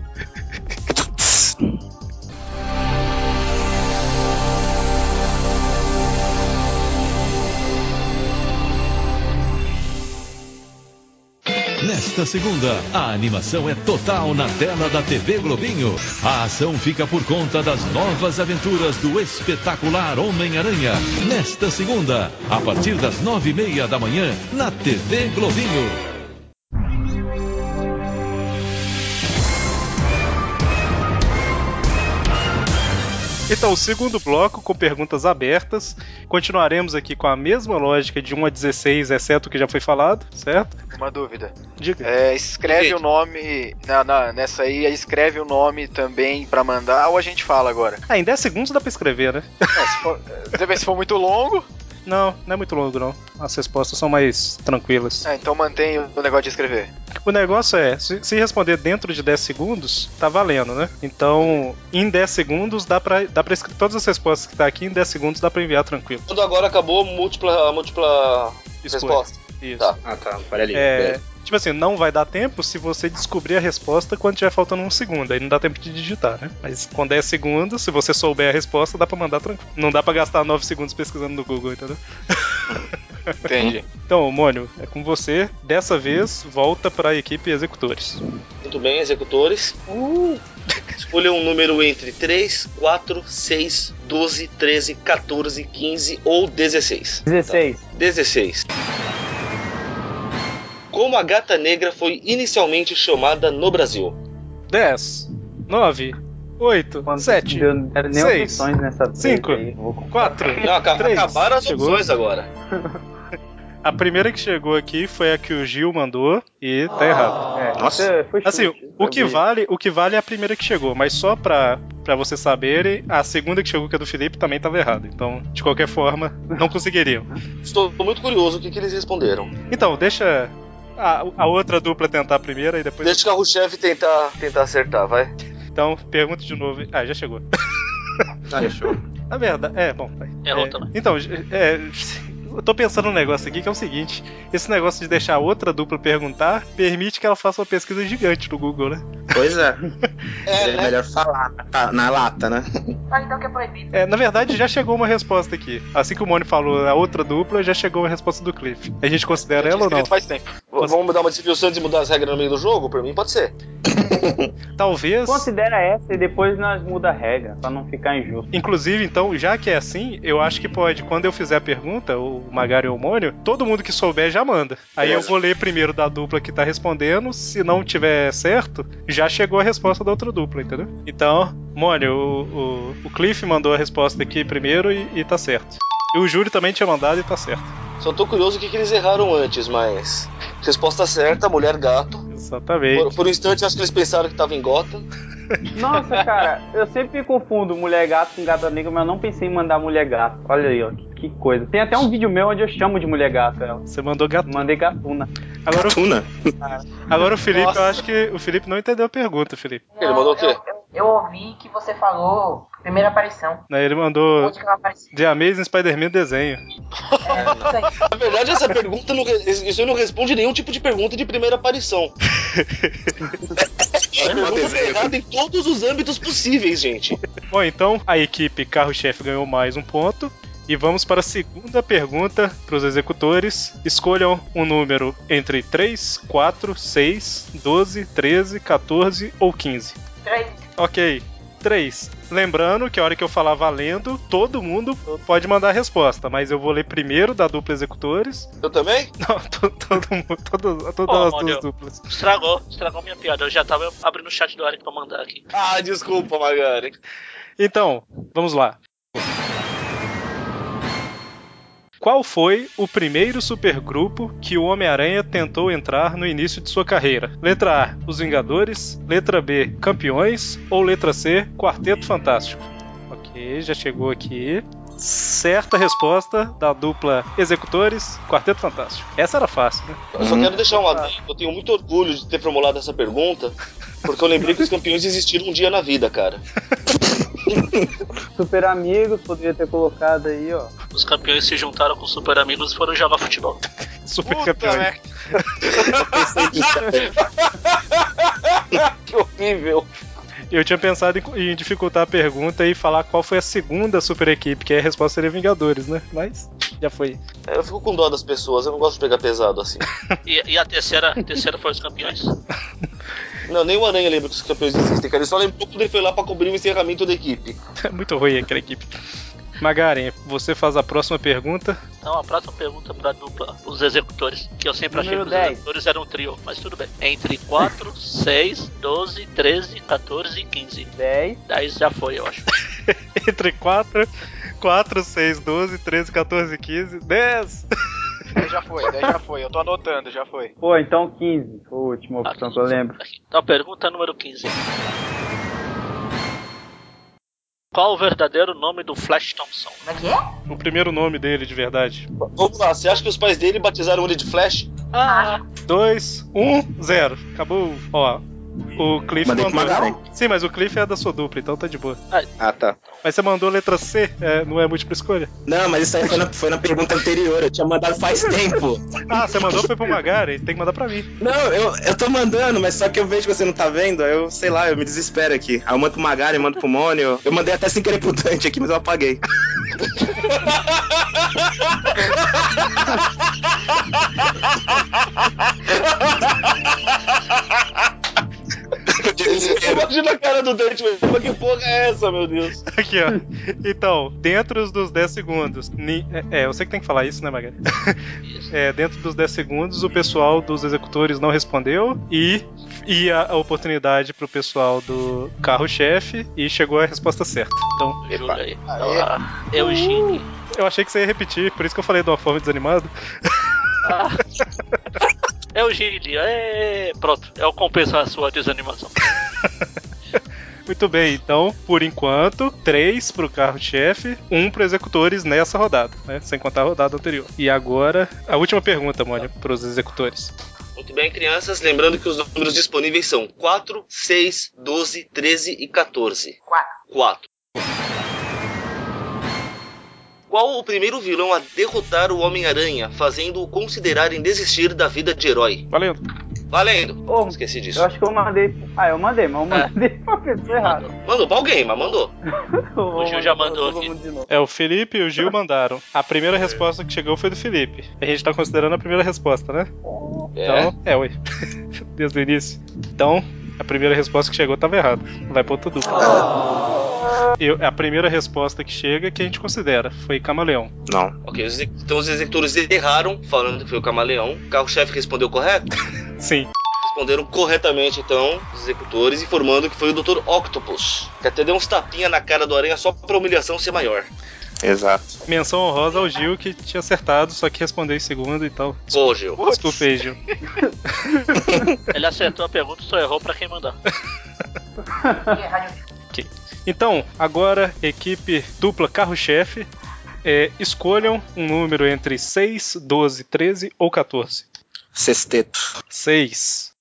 [SPEAKER 2] Nesta segunda, a animação é total na tela da TV Globinho. A ação fica por conta das novas aventuras do espetacular Homem-Aranha. Nesta segunda, a partir das nove e meia da manhã, na TV Globinho.
[SPEAKER 4] Então, o segundo bloco com perguntas abertas. Continuaremos aqui com a mesma lógica de 1 a 16, exceto o que já foi falado, certo?
[SPEAKER 5] Uma dúvida.
[SPEAKER 4] Diga.
[SPEAKER 5] É, escreve
[SPEAKER 9] Gente.
[SPEAKER 5] o nome. Na, na- nessa aí, escreve o nome também pra mandar ou a gente fala agora?
[SPEAKER 4] Ah, em 10 segundos dá pra escrever, né?
[SPEAKER 5] É, se, for, você vê se for muito longo.
[SPEAKER 4] Não, não é muito longo, não. As respostas são mais tranquilas.
[SPEAKER 5] É, então mantém o negócio de escrever.
[SPEAKER 4] O negócio é, se se responder dentro de 10 segundos, tá valendo, né? Então, em 10 segundos, dá pra, dá pra escrever todas as respostas que tá aqui, em 10 segundos dá pra enviar tranquilo.
[SPEAKER 9] Quando agora acabou, múltipla, múltipla
[SPEAKER 4] Escolha.
[SPEAKER 9] resposta.
[SPEAKER 4] Isso.
[SPEAKER 9] Tá.
[SPEAKER 10] Ah, tá. Pera ali.
[SPEAKER 4] É, tipo assim, não vai dar tempo se você descobrir a resposta quando tiver faltando um segundo. Aí não dá tempo de digitar, né? Mas com 10 segundos, se você souber a resposta, dá pra mandar tranquilo. Não dá pra gastar 9 segundos pesquisando no Google, entendeu?
[SPEAKER 5] Entendi.
[SPEAKER 4] Então, Mônio, é com você. Dessa vez, volta pra equipe executores.
[SPEAKER 9] Muito bem, executores. (laughs) Escolha um número entre 3, 4, 6, 12, 13, 14, 15 ou 16.
[SPEAKER 7] 16.
[SPEAKER 9] 16. Como a gata negra foi inicialmente chamada no Brasil?
[SPEAKER 4] 10, 9, 8,
[SPEAKER 7] Quando
[SPEAKER 4] 7,
[SPEAKER 7] Não deram nem
[SPEAKER 4] seis,
[SPEAKER 7] opções nessa vez
[SPEAKER 4] cinco,
[SPEAKER 7] aí, vou comprar.
[SPEAKER 4] 4.
[SPEAKER 9] Não, aca-
[SPEAKER 4] Três.
[SPEAKER 9] acabaram as
[SPEAKER 4] Chegou.
[SPEAKER 9] opções agora.
[SPEAKER 4] A primeira que chegou aqui foi a que o Gil mandou e tá errado.
[SPEAKER 7] É,
[SPEAKER 10] Nossa.
[SPEAKER 7] foi- foi
[SPEAKER 4] Assim,
[SPEAKER 7] chute,
[SPEAKER 4] o que
[SPEAKER 7] sabia.
[SPEAKER 4] vale, o que vale é a primeira que chegou, mas só pra, pra vocês saberem, a segunda que chegou, que é do Felipe, também tava errada. Então, de qualquer forma, não conseguiriam.
[SPEAKER 9] Estou muito curioso o que, que eles responderam.
[SPEAKER 4] Então, deixa a, a outra dupla tentar a primeira e depois.
[SPEAKER 9] Deixa o carro-chefe tentar, tentar acertar, vai.
[SPEAKER 4] Então, pergunta de novo. Ah, já chegou.
[SPEAKER 5] Ah, fechou.
[SPEAKER 4] Na verdade, é, bom. vai.
[SPEAKER 8] Errou também.
[SPEAKER 4] Então, é, eu tô pensando num negócio aqui que é o seguinte: esse negócio de deixar outra dupla perguntar permite que ela faça uma pesquisa gigante no Google, né?
[SPEAKER 10] Pois é. É, melhor falar tá, na lata, né?
[SPEAKER 6] Ah, então que é proibido.
[SPEAKER 4] É, na verdade, já chegou uma resposta aqui. Assim que o Mone falou a outra dupla, já chegou a resposta do Cliff. A gente considera ela ou não?
[SPEAKER 5] Escrito faz tempo.
[SPEAKER 9] V- Vamos mudar uma desvio Santos e mudar as regras no meio do jogo? Por mim, pode ser.
[SPEAKER 4] Talvez.
[SPEAKER 7] Considera essa e depois nós muda a regra, pra não ficar injusto.
[SPEAKER 4] Inclusive, então, já que é assim, eu acho que pode, quando eu fizer a pergunta, o Magari ou o Mônio, todo mundo que souber já manda. Aí eu
[SPEAKER 9] Beleza.
[SPEAKER 4] vou ler primeiro da dupla que tá respondendo, se não tiver certo, já chegou a resposta da outra dupla, entendeu? Então, Mônio, o, o- o Cliff mandou a resposta aqui primeiro e, e tá certo. E o Júlio também tinha mandado e tá certo.
[SPEAKER 9] Só tô curioso o que, que eles erraram antes, mas. Resposta certa, mulher gato.
[SPEAKER 4] Exatamente.
[SPEAKER 9] Por, por um instante acho que eles pensaram que tava em Gotham.
[SPEAKER 4] (laughs)
[SPEAKER 7] Nossa, cara, eu sempre me confundo mulher gato com gata negra, mas eu não pensei em mandar mulher gato. Olha aí, ó, que, que coisa. Tem até um vídeo meu onde eu chamo de mulher gato ela.
[SPEAKER 4] Você mandou gato.
[SPEAKER 7] Mandei gatuna.
[SPEAKER 4] Agora, o-
[SPEAKER 10] Tuna?
[SPEAKER 4] agora o Felipe,
[SPEAKER 9] Nossa.
[SPEAKER 4] eu acho que o Felipe não entendeu a pergunta, Felipe.
[SPEAKER 9] Ele mandou o quê?
[SPEAKER 6] Eu, eu- eu ouvi que você falou primeira aparição.
[SPEAKER 4] Né, Ele mandou
[SPEAKER 6] Onde que ela
[SPEAKER 4] (laughs)
[SPEAKER 6] apareceu?
[SPEAKER 4] The Amazing Spider-Man desenho.
[SPEAKER 6] É, isso aí.
[SPEAKER 9] (laughs) Na verdade, essa pergunta não, re- isso aí não responde nenhum tipo de pergunta de primeira aparição. A pergunta tá errada em todos os âmbitos possíveis, gente.
[SPEAKER 4] Bom, então a equipe carro-chefe ganhou mais um ponto. E vamos para a segunda pergunta para os executores. Escolham um número entre 3, 4, 6, 12, 13, 14 ou 15.
[SPEAKER 6] Três.
[SPEAKER 4] Ok. 3. Lembrando que a hora que eu falar valendo, todo mundo pode mandar a resposta, mas eu vou ler primeiro da dupla executores. (laughs)
[SPEAKER 9] Eu também?
[SPEAKER 4] Não, to- todo mundo, todo- todas
[SPEAKER 8] Ô,
[SPEAKER 4] as duas
[SPEAKER 8] Mônio.
[SPEAKER 4] duplas.
[SPEAKER 8] Estragou, estragou minha piada. Eu já tava abrindo o chat do Eric pra mandar aqui.
[SPEAKER 9] Ah, desculpa, Magari.
[SPEAKER 4] Então, vamos lá. Qual foi o primeiro supergrupo que o Homem-Aranha tentou entrar no início de sua carreira? Letra A, Os Vingadores. Letra B, Campeões. Ou letra C, Quarteto Fantástico? Ok, já chegou aqui. Certa resposta da dupla Executores, Quarteto Fantástico. Essa era fácil, né?
[SPEAKER 9] Eu só quero deixar um adendo. Eu tenho muito orgulho de ter formulado essa pergunta, porque eu lembrei que os campeões existiram um dia na vida, cara.
[SPEAKER 7] Super amigos, poderia ter colocado aí, ó.
[SPEAKER 8] Os campeões se juntaram com os super amigos e foram
[SPEAKER 4] (laughs)
[SPEAKER 8] jogar futebol.
[SPEAKER 4] Super
[SPEAKER 5] Puta,
[SPEAKER 4] campeões.
[SPEAKER 5] né?
[SPEAKER 9] (laughs) Que horrível.
[SPEAKER 4] Eu tinha pensado em, em dificultar a pergunta e falar qual foi a segunda super equipe, que a resposta seria Vingadores, né? Mas já foi.
[SPEAKER 9] É, Eu fico com dó das pessoas, eu não gosto de pegar pesado assim.
[SPEAKER 8] E, e a terceira, a terceira foi os campeões?
[SPEAKER 9] Não, nem o Aranha lembra que os campeões existem, cara. Ele só lembrou quando ele foi lá pra cobrir o encerramento da equipe.
[SPEAKER 4] (laughs) É muito ruim aquela equipe. Magaren, você faz a próxima pergunta. (laughs)
[SPEAKER 8] Então, a próxima pergunta pra dupla, os executores, que eu sempre achei
[SPEAKER 7] Número
[SPEAKER 8] que os
[SPEAKER 7] 10.
[SPEAKER 8] executores eram um trio, mas tudo bem. Entre
[SPEAKER 4] (laughs)
[SPEAKER 8] 4, 6, 12, 13, 14 e 15.
[SPEAKER 7] 10.
[SPEAKER 8] 10 já foi, eu acho.
[SPEAKER 4] Entre 4, 4, 6, 12, 13, 14, 15, 10.
[SPEAKER 5] Daí já foi, daí já foi. Eu tô anotando, já foi.
[SPEAKER 7] Pô, então 15. Foi a última opção que eu lembro.
[SPEAKER 8] Então, pergunta número 15. Qual o verdadeiro nome do Flash Thompson?
[SPEAKER 6] Como é que é?
[SPEAKER 4] O primeiro nome dele de verdade.
[SPEAKER 9] Vamos lá, você acha que os pais dele batizaram ele de (laughs) Flash?
[SPEAKER 6] Ah,
[SPEAKER 4] 2, 1, 0. um, Acabou. Ó. O Cliff
[SPEAKER 10] Mandei pro
[SPEAKER 4] mandou.
[SPEAKER 10] Magaren.
[SPEAKER 4] Sim, mas o Cliff é da sua dupla, então tá de boa.
[SPEAKER 10] Ah, tá.
[SPEAKER 4] Mas você mandou a letra C, é, não é múltipla escolha?
[SPEAKER 10] Não, mas isso aí foi na, foi na pergunta anterior. Eu tinha mandado faz tempo.
[SPEAKER 4] Ah, você mandou foi pro Magaren, tem que mandar pra mim. (laughs)
[SPEAKER 10] Não, eu, eu tô mandando, mas só que eu vejo que você não tá vendo. aí Eu sei lá, eu me desespero aqui. Aí eu mando pro Magari, eu mando pro Mônio. Eu mandei até sem querer pro Dante aqui, mas eu apaguei.
[SPEAKER 9] Imagina a cara do Dante, velho. Mas que porra é essa, meu Deus?
[SPEAKER 4] Aqui, ó. Então, dentro dos 10 segundos. ni- É, é, você que tem que falar isso, né, Magali? É, dentro dos 10 segundos, o pessoal dos executores não respondeu e, e a, a oportunidade pro pessoal do carro-chefe e chegou a resposta certa. Então,
[SPEAKER 8] Júlio aí. Ah, Eugene.
[SPEAKER 4] eu achei que você ia repetir, por isso que eu falei de uma forma desanimada.
[SPEAKER 8] Eugene. É... Pronto, eu compenso a sua desanimação.
[SPEAKER 4] Muito bem, então, por enquanto, 3 pro carro-chefe, 1 pro executores nessa rodada, né? Sem contar a rodada anterior. E agora, a última pergunta, Mônica, pros executores.
[SPEAKER 9] Muito bem, crianças. Lembrando que os números disponíveis são 4, 6, 12, 13 e 14.
[SPEAKER 6] quatro.
[SPEAKER 9] 4. Qual o primeiro vilão a derrotar o Homem-Aranha, fazendo-o considerar em desistir da vida de herói?
[SPEAKER 4] Valendo.
[SPEAKER 9] Valendo.
[SPEAKER 7] Oh.
[SPEAKER 9] Esqueci disso.
[SPEAKER 7] Eu acho que eu mandei. Ah, eu mandei, mas eu mandei pra pessoa errada.
[SPEAKER 9] Mandou pra alguém, mas mandou.
[SPEAKER 8] O Gil já mandou aqui.
[SPEAKER 4] É, o Felipe e o Gil mandaram. A primeira resposta que chegou foi do Felipe. A gente tá considerando a primeira resposta, né? Então, é, ué. (laughs) Desde o início. Então, a primeira resposta que chegou tava errada. Vai pro outro duplo. Eu- a primeira resposta que chega é que a gente considera foi Camaleão.
[SPEAKER 10] Não.
[SPEAKER 9] Ok, os exe- então os executores erraram, falando que foi o camaleão. O carro-chefe respondeu correto?
[SPEAKER 4] Sim.
[SPEAKER 9] Responderam corretamente, então, os executores, informando que foi o Dr. Octopus, que até deu uns tapinha na cara do Aranha só pra humilhação ser maior.
[SPEAKER 10] Exato.
[SPEAKER 4] Menção honrosa ao Gil que tinha acertado, só que respondeu em segundo e tal.
[SPEAKER 9] Pô, Gil.
[SPEAKER 4] Desculpa aí, Gil.
[SPEAKER 8] Ele acertou a pergunta e só errou pra quem mandar.
[SPEAKER 6] é,
[SPEAKER 4] Ok. Então, agora, equipe dupla carro-chefe, é, escolham um número entre 6, 12, 13 ou 14.
[SPEAKER 10] Sexteto.
[SPEAKER 4] 6.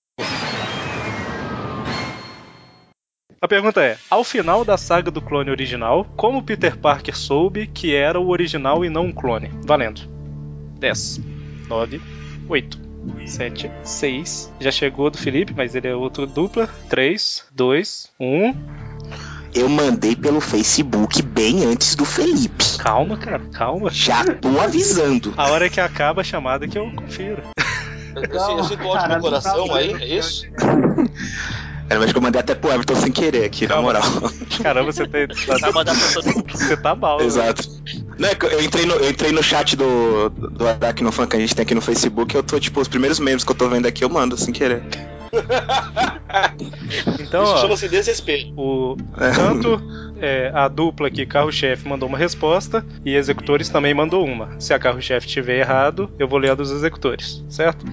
[SPEAKER 4] A pergunta é: ao final da saga do clone original, como Peter Parker soube que era o original e não um clone? Valendo. 10, 9, 8, 7, 6. Já chegou do Felipe, mas ele é outro dupla. Um. 3, 2, 1.
[SPEAKER 10] Eu mandei pelo Facebook bem antes do Felipe.
[SPEAKER 4] Calma, cara, calma.
[SPEAKER 10] Já tô avisando.
[SPEAKER 4] A hora que acaba a chamada que eu confiro.
[SPEAKER 9] Eu, eu sinto- eu sinto ódio no coração aí, é isso?
[SPEAKER 10] Cara, É, mas acho que eu mandei até pro Everton sem querer aqui, na moral.
[SPEAKER 4] Caramba, você tá,
[SPEAKER 8] Vai mandar pra todo mundo.
[SPEAKER 4] você tá mal. né?
[SPEAKER 10] Exato. Não, é que eu entrei no, eu entrei no chat do, do Aracnofan que a gente tem aqui no Facebook e eu tô, tipo, os primeiros memes que eu tô vendo aqui eu mando sem querer.
[SPEAKER 4] Então,
[SPEAKER 9] isso
[SPEAKER 4] ó,
[SPEAKER 9] chama-se desespero.
[SPEAKER 4] O, tanto é, a dupla aqui, carro-chefe, mandou uma resposta e executores também mandou uma. Se a carro-chefe tiver errado, eu vou ler a dos executores, certo?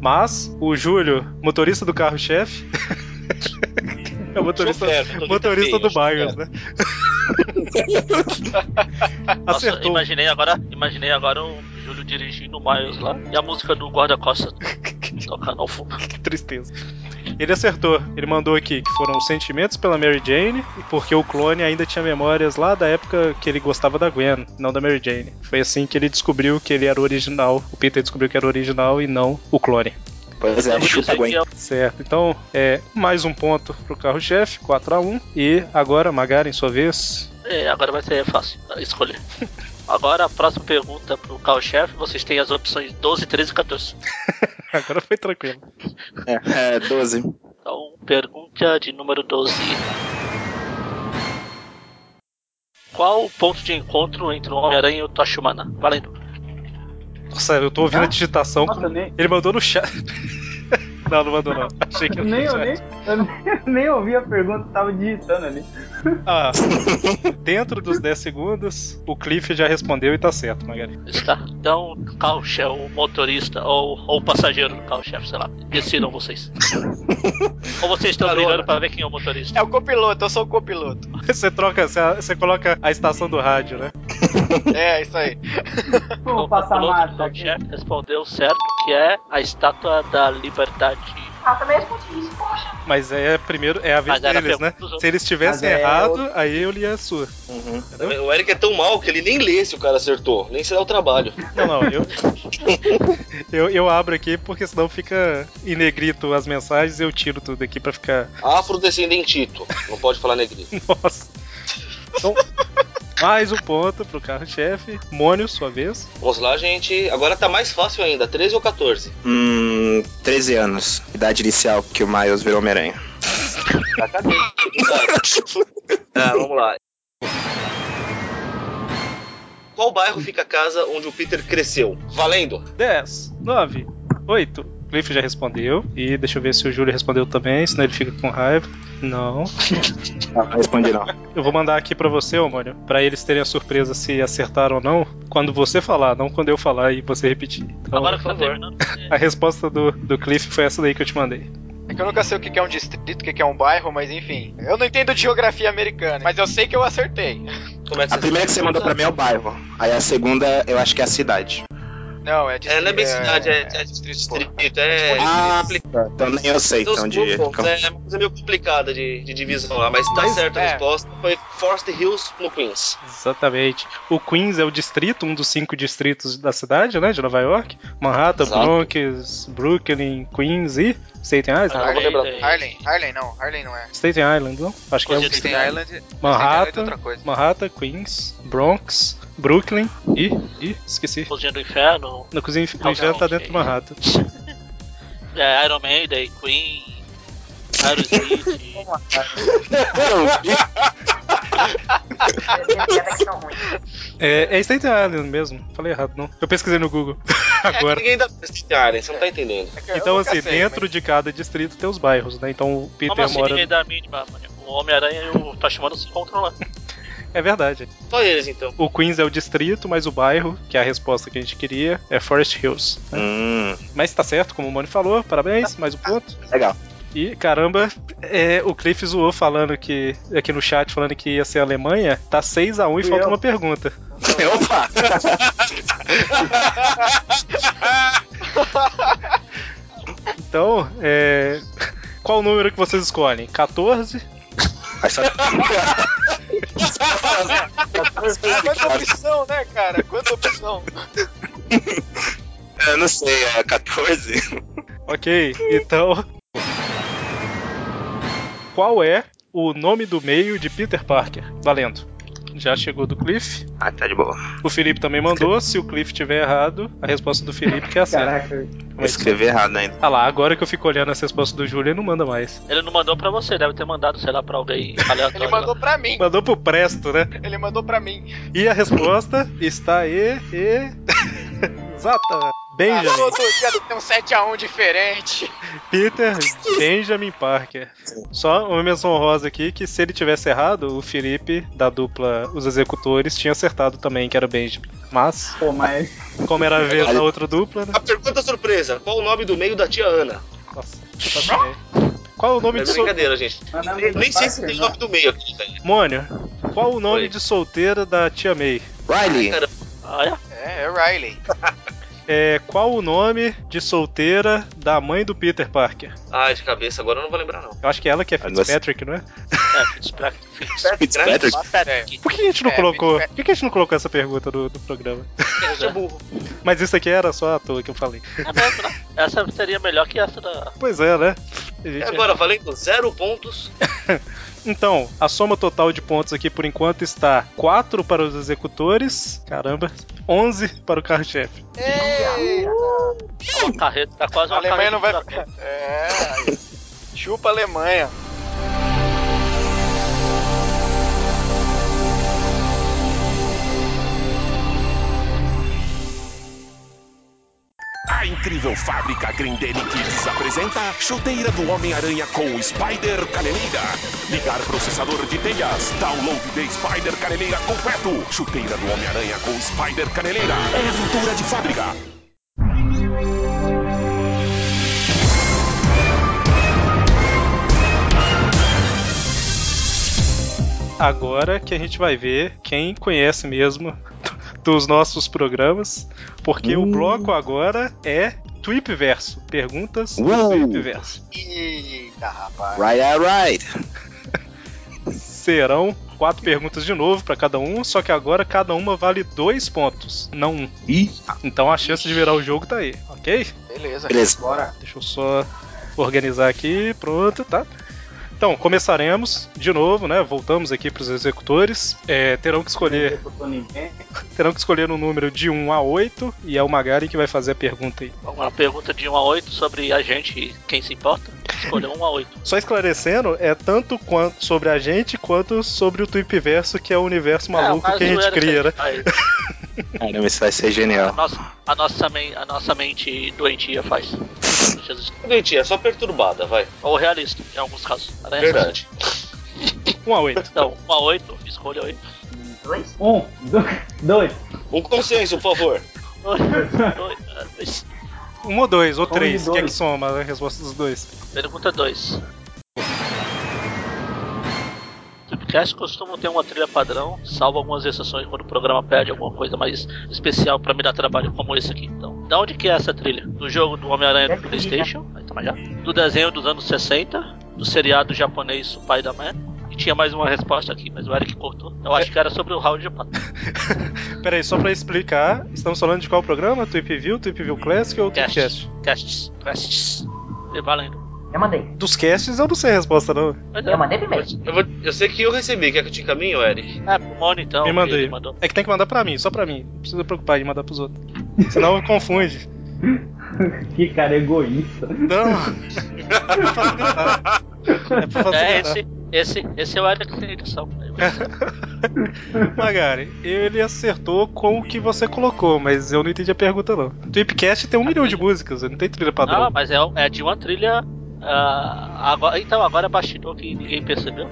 [SPEAKER 4] Mas o Júlio, motorista do carro-chefe. (laughs) É o motorista,
[SPEAKER 9] Sou perto, tô de
[SPEAKER 4] motorista
[SPEAKER 9] tapete,
[SPEAKER 4] do
[SPEAKER 9] acho que
[SPEAKER 4] Byers, né?
[SPEAKER 8] Nossa,
[SPEAKER 4] (laughs) (laughs) Acertou.
[SPEAKER 8] imaginei agora, imaginei agora o Júlio dirigindo o Miles lá e a música do guarda-costas tocando ao fundo.
[SPEAKER 4] Que tristeza. Ele acertou. Ele mandou aqui que foram os sentimentos pela Mary Jane, porque o clone ainda tinha memórias lá da época que ele gostava da Gwen, não da Mary Jane. Foi assim que ele descobriu que ele era o original. O Peter descobriu que era o original e não o clone.
[SPEAKER 10] Pois é,
[SPEAKER 8] Eu
[SPEAKER 10] chupa,
[SPEAKER 8] sei que
[SPEAKER 10] Gwen.
[SPEAKER 8] é
[SPEAKER 4] Certo. Então, é mais um ponto pro carro-chefe, 4 a 1 E agora, Magara, em sua vez. (laughs)
[SPEAKER 8] É, agora vai ser fácil escolher. Agora a próxima pergunta pro carro-chefe, vocês têm as opções 12, 13 e 14.
[SPEAKER 4] Agora foi tranquilo.
[SPEAKER 10] É, é, 12.
[SPEAKER 8] Então, pergunta de número 12. Qual o ponto de encontro entre o Homem-Aranha e o Tocha Humana? Valendo.
[SPEAKER 4] Nossa, eu tô ouvindo a digitação.
[SPEAKER 7] Nossa, eu nem,
[SPEAKER 4] Ele mandou no chat. (laughs) Não, não mandou não. Achei que
[SPEAKER 7] eu
[SPEAKER 4] era no
[SPEAKER 7] nem, eu
[SPEAKER 4] chat.
[SPEAKER 7] nem, eu nem, nem ouvi a pergunta, eu tava digitando ali.
[SPEAKER 4] Ah, dentro dos 10 segundos, o Cliff já respondeu e tá certo, Magari.
[SPEAKER 8] Está. Então, carro-chefe, o motorista ou, ou o passageiro do carro-chefe, sei lá.
[SPEAKER 7] (laughs)
[SPEAKER 8] Decidam vocês. ou vocês estão
[SPEAKER 5] Carona.
[SPEAKER 8] brigando pra ver quem é o motorista.
[SPEAKER 5] É o copiloto, eu sou o copiloto.
[SPEAKER 4] (laughs) Você troca, você, você coloca a estação do rádio, né?
[SPEAKER 5] É, isso aí.
[SPEAKER 8] O
[SPEAKER 7] Vou passar
[SPEAKER 8] piloto
[SPEAKER 7] massa
[SPEAKER 8] do
[SPEAKER 7] aqui.
[SPEAKER 8] Jeff respondeu certo, que é a estátua da liberdade.
[SPEAKER 6] Ah, também respondi isso,
[SPEAKER 8] (laughs)
[SPEAKER 6] poxa.
[SPEAKER 4] Mas é primeiro, é a vez
[SPEAKER 8] Mas era
[SPEAKER 4] deles, né?
[SPEAKER 8] pergunta dos outros.
[SPEAKER 4] Se eles tivessem
[SPEAKER 7] Mas é
[SPEAKER 4] errado, aí eu li a sua.
[SPEAKER 9] O Eric é tão mal que ele nem lê se o cara acertou, nem se dá o trabalho.
[SPEAKER 4] Não, não, eu, (laughs) eu, eu abro aqui porque senão fica em negrito as mensagens e eu tiro tudo aqui pra ficar. (laughs)
[SPEAKER 9] Afrodescendentito, não pode falar negrito.
[SPEAKER 4] Nossa! Então, mais um ponto pro carro-chefe. Mônio, sua vez.
[SPEAKER 9] Vamos lá, gente. Agora tá mais fácil ainda, 13 ou (laughs) 14?
[SPEAKER 10] Hum, 13 anos. Idade inicial que o Miles virou Homem-Aranha.
[SPEAKER 9] Tá, cadê? ah, vamos lá. Qual bairro fica a casa onde o Peter cresceu? Valendo!
[SPEAKER 4] 10, 9, 8. Cliff já respondeu. E deixa eu ver se o Júlio respondeu também, senão ele fica com raiva.
[SPEAKER 10] (laughs)
[SPEAKER 4] Não.
[SPEAKER 10] Não, não Ah, respondi não.
[SPEAKER 4] Eu vou mandar aqui pra você, ô Mônio, pra eles terem a surpresa se acertaram ou não, quando você falar, não quando eu falar e você repetir. Então,
[SPEAKER 8] Agora
[SPEAKER 4] por
[SPEAKER 8] que tá
[SPEAKER 4] favor.
[SPEAKER 8] terminando.
[SPEAKER 4] A resposta do, do Cliff foi essa daí que eu te mandei.
[SPEAKER 5] É que eu nunca sei o que que é um distrito, o que que é um bairro, mas enfim. Eu não entendo de geografia americana, mas eu sei que eu acertei.
[SPEAKER 9] Como é que
[SPEAKER 10] é A primeira que você mandou pra mim é o bairro. Aí a segunda eu acho que é a cidade.
[SPEAKER 5] Não, é
[SPEAKER 9] É, não é bem cidade, é, é distrito, é.
[SPEAKER 10] Ah,
[SPEAKER 9] complicado.
[SPEAKER 10] tá. Então nem eu sei
[SPEAKER 9] Tem uns
[SPEAKER 10] então de.
[SPEAKER 9] grupos, né,
[SPEAKER 10] (laughs)
[SPEAKER 9] É uma coisa meio complicada de, de divisão lá, mas tá
[SPEAKER 5] Mas,
[SPEAKER 9] certa a
[SPEAKER 5] é.
[SPEAKER 9] resposta. Foi Forest Hills no Queens.
[SPEAKER 4] Exatamente. O Queens é o distrito, um dos cinco distritos da cidade, né? De Nova York. Manhattan,
[SPEAKER 9] Exato.
[SPEAKER 4] Bronx, Brooklyn, Queens e Staten Island.
[SPEAKER 9] Ah, vou lembrar.
[SPEAKER 5] Harlem, Harlem não, Harlem não é.
[SPEAKER 4] Staten Island, não? Acho que é o
[SPEAKER 8] Staten
[SPEAKER 5] Staten
[SPEAKER 4] distrito.
[SPEAKER 5] Island, Staten Island é
[SPEAKER 4] Manhattan,
[SPEAKER 5] outra coisa.
[SPEAKER 4] Manhattan, Queens, Bronx, Brooklyn e. e esqueci.
[SPEAKER 8] Cozinha do Inferno,
[SPEAKER 4] Na cozinha do
[SPEAKER 8] Não,
[SPEAKER 4] inferno
[SPEAKER 8] Ah, não,
[SPEAKER 4] tá dentro de
[SPEAKER 8] ok.
[SPEAKER 4] Manhattan.
[SPEAKER 8] é, Iron Maiden, Queen,
[SPEAKER 7] (laughs)
[SPEAKER 8] Aerosmith.
[SPEAKER 6] Tem piadas que são ruins.
[SPEAKER 4] É, é Staten Island mesmo. Falei errado, não. Eu pesquisei no Google. (laughs)
[SPEAKER 9] É que
[SPEAKER 4] Agora.
[SPEAKER 9] ninguém dá pra esse área, você não tá entendendo.
[SPEAKER 5] É que eu
[SPEAKER 4] Então,
[SPEAKER 5] nunca
[SPEAKER 4] assim,
[SPEAKER 5] sei,
[SPEAKER 4] dentro de cada distrito tem os bairros, né? Então o Peter
[SPEAKER 8] Como assim
[SPEAKER 4] mora.
[SPEAKER 8] ninguém dá a mínima, mano? O Homem-Aranha e o tá Tachimano se encontram lá.
[SPEAKER 4] É verdade.
[SPEAKER 9] Só eles então.
[SPEAKER 4] O Queens é o distrito, mas o bairro, que é a resposta que a gente queria, é Forest Hills.
[SPEAKER 10] Hum,
[SPEAKER 4] Mas tá certo, como o Moni falou, parabéns, mais um
[SPEAKER 7] Ah,
[SPEAKER 4] ponto.
[SPEAKER 10] legal.
[SPEAKER 4] E caramba, é, o Cliff zoou falando que. aqui no chat falando que ia ser a Alemanha. Tá 6x1 e
[SPEAKER 7] Fui
[SPEAKER 4] falta
[SPEAKER 7] eu.
[SPEAKER 4] uma pergunta.
[SPEAKER 10] Opa!
[SPEAKER 4] Então, é. (laughs) Qual o número que vocês escolhem? 14?
[SPEAKER 10] Mas só- um
[SPEAKER 5] mas- Quanta opção, né, cara? Quanta opção.
[SPEAKER 10] Eu não sei, é 14?
[SPEAKER 4] Ok, então. (laughs) Qual é o nome do meio de Peter Parker? Valendo. Já chegou do Cliff.
[SPEAKER 10] Ah, tá de boa.
[SPEAKER 4] O Felipe também mandou. Se o Cliff tiver errado, a resposta do Felipe que é a certa.
[SPEAKER 7] Caraca.
[SPEAKER 10] Eu escrevi errado ainda.
[SPEAKER 4] Ah lá, agora que eu fico olhando essa resposta do Júlio, ele não manda mais.
[SPEAKER 8] Ele não mandou pra você, deve ter mandado, sei lá,
[SPEAKER 5] (laughs)
[SPEAKER 8] pra alguém
[SPEAKER 5] Ele
[SPEAKER 8] aleatório.
[SPEAKER 5] mandou pra mim.
[SPEAKER 4] Mandou pro Presto, né?
[SPEAKER 5] Ele mandou pra mim.
[SPEAKER 4] E a resposta está aí e. (laughs) Exata!
[SPEAKER 5] Ah,
[SPEAKER 4] Benjamin.
[SPEAKER 5] todo dia tem um 7x1 diferente.
[SPEAKER 4] Peter Benjamin Parker. Só uma menção honrosa aqui que se ele tivesse errado, o Felipe da dupla Os Executores tinha acertado também, que era o Benjamin. Mas,
[SPEAKER 7] Pô, mas.
[SPEAKER 4] como era a vez da outra dupla, né?
[SPEAKER 9] A pergunta surpresa: qual o nome do meio da tia Ana?
[SPEAKER 4] Nossa, tá bem. Qual o nome
[SPEAKER 9] É
[SPEAKER 4] de sol...
[SPEAKER 9] brincadeira, gente.
[SPEAKER 7] Mas não é
[SPEAKER 9] Eu nem sei se
[SPEAKER 7] Parker,
[SPEAKER 9] tem
[SPEAKER 7] não.
[SPEAKER 9] nome do meio aqui, né? velho.
[SPEAKER 4] Mônio, qual o nome
[SPEAKER 9] Oi.
[SPEAKER 4] de solteira da tia May?
[SPEAKER 10] Riley,
[SPEAKER 9] Cara,
[SPEAKER 8] Ah, é?
[SPEAKER 5] É, é Riley.
[SPEAKER 4] É, qual o nome de solteira da mãe do Peter Parker?
[SPEAKER 9] ai, de cabeça, agora eu não vou lembrar, não.
[SPEAKER 4] Eu acho que ela que é
[SPEAKER 10] Ah, você-
[SPEAKER 4] Fitzpatrick, não é?
[SPEAKER 8] É,
[SPEAKER 4] (laughs)
[SPEAKER 8] Ah, Fitzpatrick.
[SPEAKER 10] Fitzpatrick?
[SPEAKER 4] Por que a gente não
[SPEAKER 5] É,
[SPEAKER 4] colocou?
[SPEAKER 5] Fitzpatrick.
[SPEAKER 4] Por que a gente não colocou essa pergunta no, no programa?
[SPEAKER 8] Fitzpatrick
[SPEAKER 5] né?
[SPEAKER 8] é burro.
[SPEAKER 4] Mas isso aqui era só à toa que eu falei.
[SPEAKER 8] É mesmo, né? Essa seria melhor que essa da.
[SPEAKER 4] Pois é, né? A gente-
[SPEAKER 9] E agora, valendo zero pontos.
[SPEAKER 4] Então, a soma total de pontos aqui por enquanto está 4 para os executores, caramba, 11 para o carro-chefe.
[SPEAKER 5] Ei,
[SPEAKER 8] É uma carreta, tá quase
[SPEAKER 5] a
[SPEAKER 8] uma
[SPEAKER 5] Alemanha
[SPEAKER 8] carreta.
[SPEAKER 5] não vai.
[SPEAKER 8] de furacão.
[SPEAKER 5] É. aí. Chupa a Alemanha.
[SPEAKER 2] A incrível fábrica Grindelli Kids apresenta Chuteira do Homem-Aranha com Spider Caneleira. Ligar processador de teias. Download de Spider Caneleira completo. Chuteira do Homem-Aranha com Spider Caneleira. É aventura de fábrica.
[SPEAKER 4] Agora que a gente vai ver quem conhece mesmo (laughs) dos nossos programas, porque
[SPEAKER 10] Hum.
[SPEAKER 4] o bloco agora é Tweep Verso, perguntas do
[SPEAKER 10] Uou.
[SPEAKER 4] Tweep Verso.
[SPEAKER 5] Eita, rapaz.
[SPEAKER 10] Right, alright.
[SPEAKER 4] Serão quatro perguntas de novo para cada um, só que agora cada uma vale dois pontos, não um.
[SPEAKER 10] Ih,
[SPEAKER 4] Então a chance de virar o jogo tá aí, ok?
[SPEAKER 5] Beleza.
[SPEAKER 10] beleza.
[SPEAKER 7] Bora.
[SPEAKER 4] Deixa eu só organizar aqui, pronto, tá? Então, começaremos de novo, né? Voltamos aqui para os executores. É, terão, que escolher,
[SPEAKER 7] Eu tô ninguém.
[SPEAKER 4] terão que escolher um número de 1 a 8 e é o Magari que vai fazer a pergunta aí.
[SPEAKER 8] Uma pergunta de 1 a 8 sobre a gente e quem se importa. Escolha 1 a 8.
[SPEAKER 4] Só esclarecendo, é tanto quan- sobre a gente quanto sobre o Tweepverso, que é o universo (laughs) maluco
[SPEAKER 8] É,
[SPEAKER 4] que a gente
[SPEAKER 8] zoeira
[SPEAKER 4] cria, né?
[SPEAKER 8] que a gente faz.
[SPEAKER 10] Caramba, isso vai ser
[SPEAKER 8] A
[SPEAKER 10] genial.
[SPEAKER 8] nossa, a, nossa men- a nossa mente doentia faz. Jesus.
[SPEAKER 9] Doentia, é só perturbada, vai.
[SPEAKER 8] Ou realista, em alguns casos. Aranha
[SPEAKER 9] Verdade.
[SPEAKER 4] 1 né? a 8.
[SPEAKER 8] Então, 1 a 8, escolha 8.
[SPEAKER 6] Dois?
[SPEAKER 7] Um, dois.
[SPEAKER 9] Um consenso, por favor.
[SPEAKER 8] 2.
[SPEAKER 4] 1 ou 2, ou
[SPEAKER 7] Como de
[SPEAKER 4] 3, o que é que
[SPEAKER 7] dois.
[SPEAKER 4] soma a resposta dos dois?
[SPEAKER 8] Pergunta 2. podcasts costumam ter uma trilha padrão, salvo algumas exceções quando o programa pede alguma coisa mais especial pra me dar trabalho como esse aqui. Então, da onde que é essa trilha? Do jogo do Homem-Aranha do Playstation, aí toma já. do desenho dos anos 60, do seriado japonês Supai da Man. E tinha mais uma resposta aqui, mas o Eric cortou. Eu acho É. que era sobre o Round Japan.
[SPEAKER 4] Peraí, só pra explicar, estamos falando de qual programa? Tweep View, Tweep View Classic ou
[SPEAKER 8] Cast.
[SPEAKER 4] Tweepcast?
[SPEAKER 8] Casts, casts. E valendo.
[SPEAKER 6] Eu mandei.
[SPEAKER 4] Dos casts eu não sei a resposta, não.
[SPEAKER 8] Mas é,
[SPEAKER 6] Eu mandei primeiro.
[SPEAKER 9] Eu, vou- eu sei que eu recebi. Quer que eu te encaminhe, Eric?
[SPEAKER 8] é, pro Mono então.
[SPEAKER 4] Me
[SPEAKER 8] que
[SPEAKER 4] mandei.
[SPEAKER 8] ele mandou.
[SPEAKER 4] É que tem que mandar pra mim, só pra mim. Não precisa preocupar de mandar pros outros. Senão confunde.
[SPEAKER 7] Que cara egoísta.
[SPEAKER 8] (laughs)
[SPEAKER 4] Não. é pra
[SPEAKER 8] É,
[SPEAKER 4] facilitar.
[SPEAKER 8] esse, esse, esse é o Eric que tem edição.
[SPEAKER 4] Magari, ele acertou com o que você colocou, mas eu não entendi a pergunta não. Tweepcast tem um milhão de músicas, não tem trilha padrão.
[SPEAKER 8] Não, mas é, é de uma trilha. ah, agora- então, agora é bastidor que ninguém percebeu.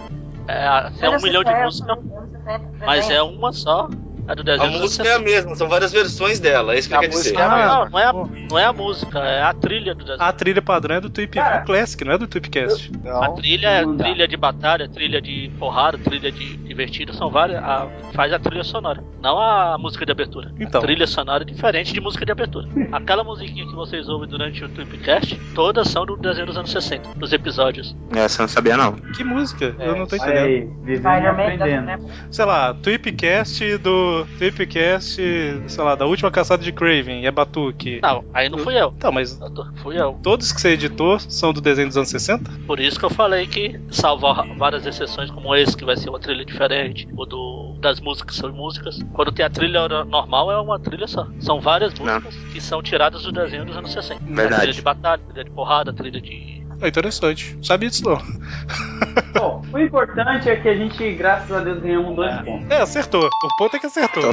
[SPEAKER 8] É, é um milhão de músicas,
[SPEAKER 6] né?
[SPEAKER 8] mas é uma só. A do
[SPEAKER 9] A
[SPEAKER 8] desenho dos
[SPEAKER 9] música é a
[SPEAKER 8] 60.
[SPEAKER 9] mesma, são várias versões dela. É isso que
[SPEAKER 5] A
[SPEAKER 9] eu quero dizer.
[SPEAKER 5] música é a mesma.
[SPEAKER 8] Não, não é, a- não é a música, é a trilha do desenho.
[SPEAKER 4] A trilha padrão é do Tweep
[SPEAKER 7] Cara,
[SPEAKER 4] Classic, não é do Tweepcast.
[SPEAKER 8] A
[SPEAKER 5] Então,
[SPEAKER 8] trilha é
[SPEAKER 7] Não dá.
[SPEAKER 8] trilha de batalha, trilha de porrada, trilha de divertido, são várias. a- faz a trilha sonora, não a música de abertura.
[SPEAKER 4] Então.
[SPEAKER 8] A trilha sonora é diferente de música de abertura. Aquela musiquinha que vocês ouvem durante o Tripcast, todas são do desenho dos anos 60, dos episódios.
[SPEAKER 10] Essa eu não sabia, não.
[SPEAKER 4] Que música? eu não tô
[SPEAKER 7] Olha
[SPEAKER 4] entendendo.
[SPEAKER 7] aí, vivendo e aprendendo.
[SPEAKER 6] Spider-Man. né?
[SPEAKER 4] Sei lá, Tweepcast do Tweepcast, sei lá, da última caçada de Craven, é Batuque.
[SPEAKER 8] Não, aí não fui eu.
[SPEAKER 4] Tá, mas
[SPEAKER 8] Eu tô- Fui eu.
[SPEAKER 4] todos que você editou são do desenho dos anos 60?
[SPEAKER 8] Por isso que eu falei que, salvar várias exceções como esse, que vai ser uma trilha diferente, ou do, das músicas são músicas, quando tem a trilha or- normal é uma trilha só. São várias músicas que são tiradas do desenho dos anos 60.
[SPEAKER 10] Verdade.
[SPEAKER 8] A É, trilha de batalha, trilha de porrada, trilha de.
[SPEAKER 4] É interessante. Não Sabia disso não.
[SPEAKER 7] Bom, o importante é que a gente, graças a Deus, ganhamos dois pontos.
[SPEAKER 4] É, acertou. O ponto é que acertou.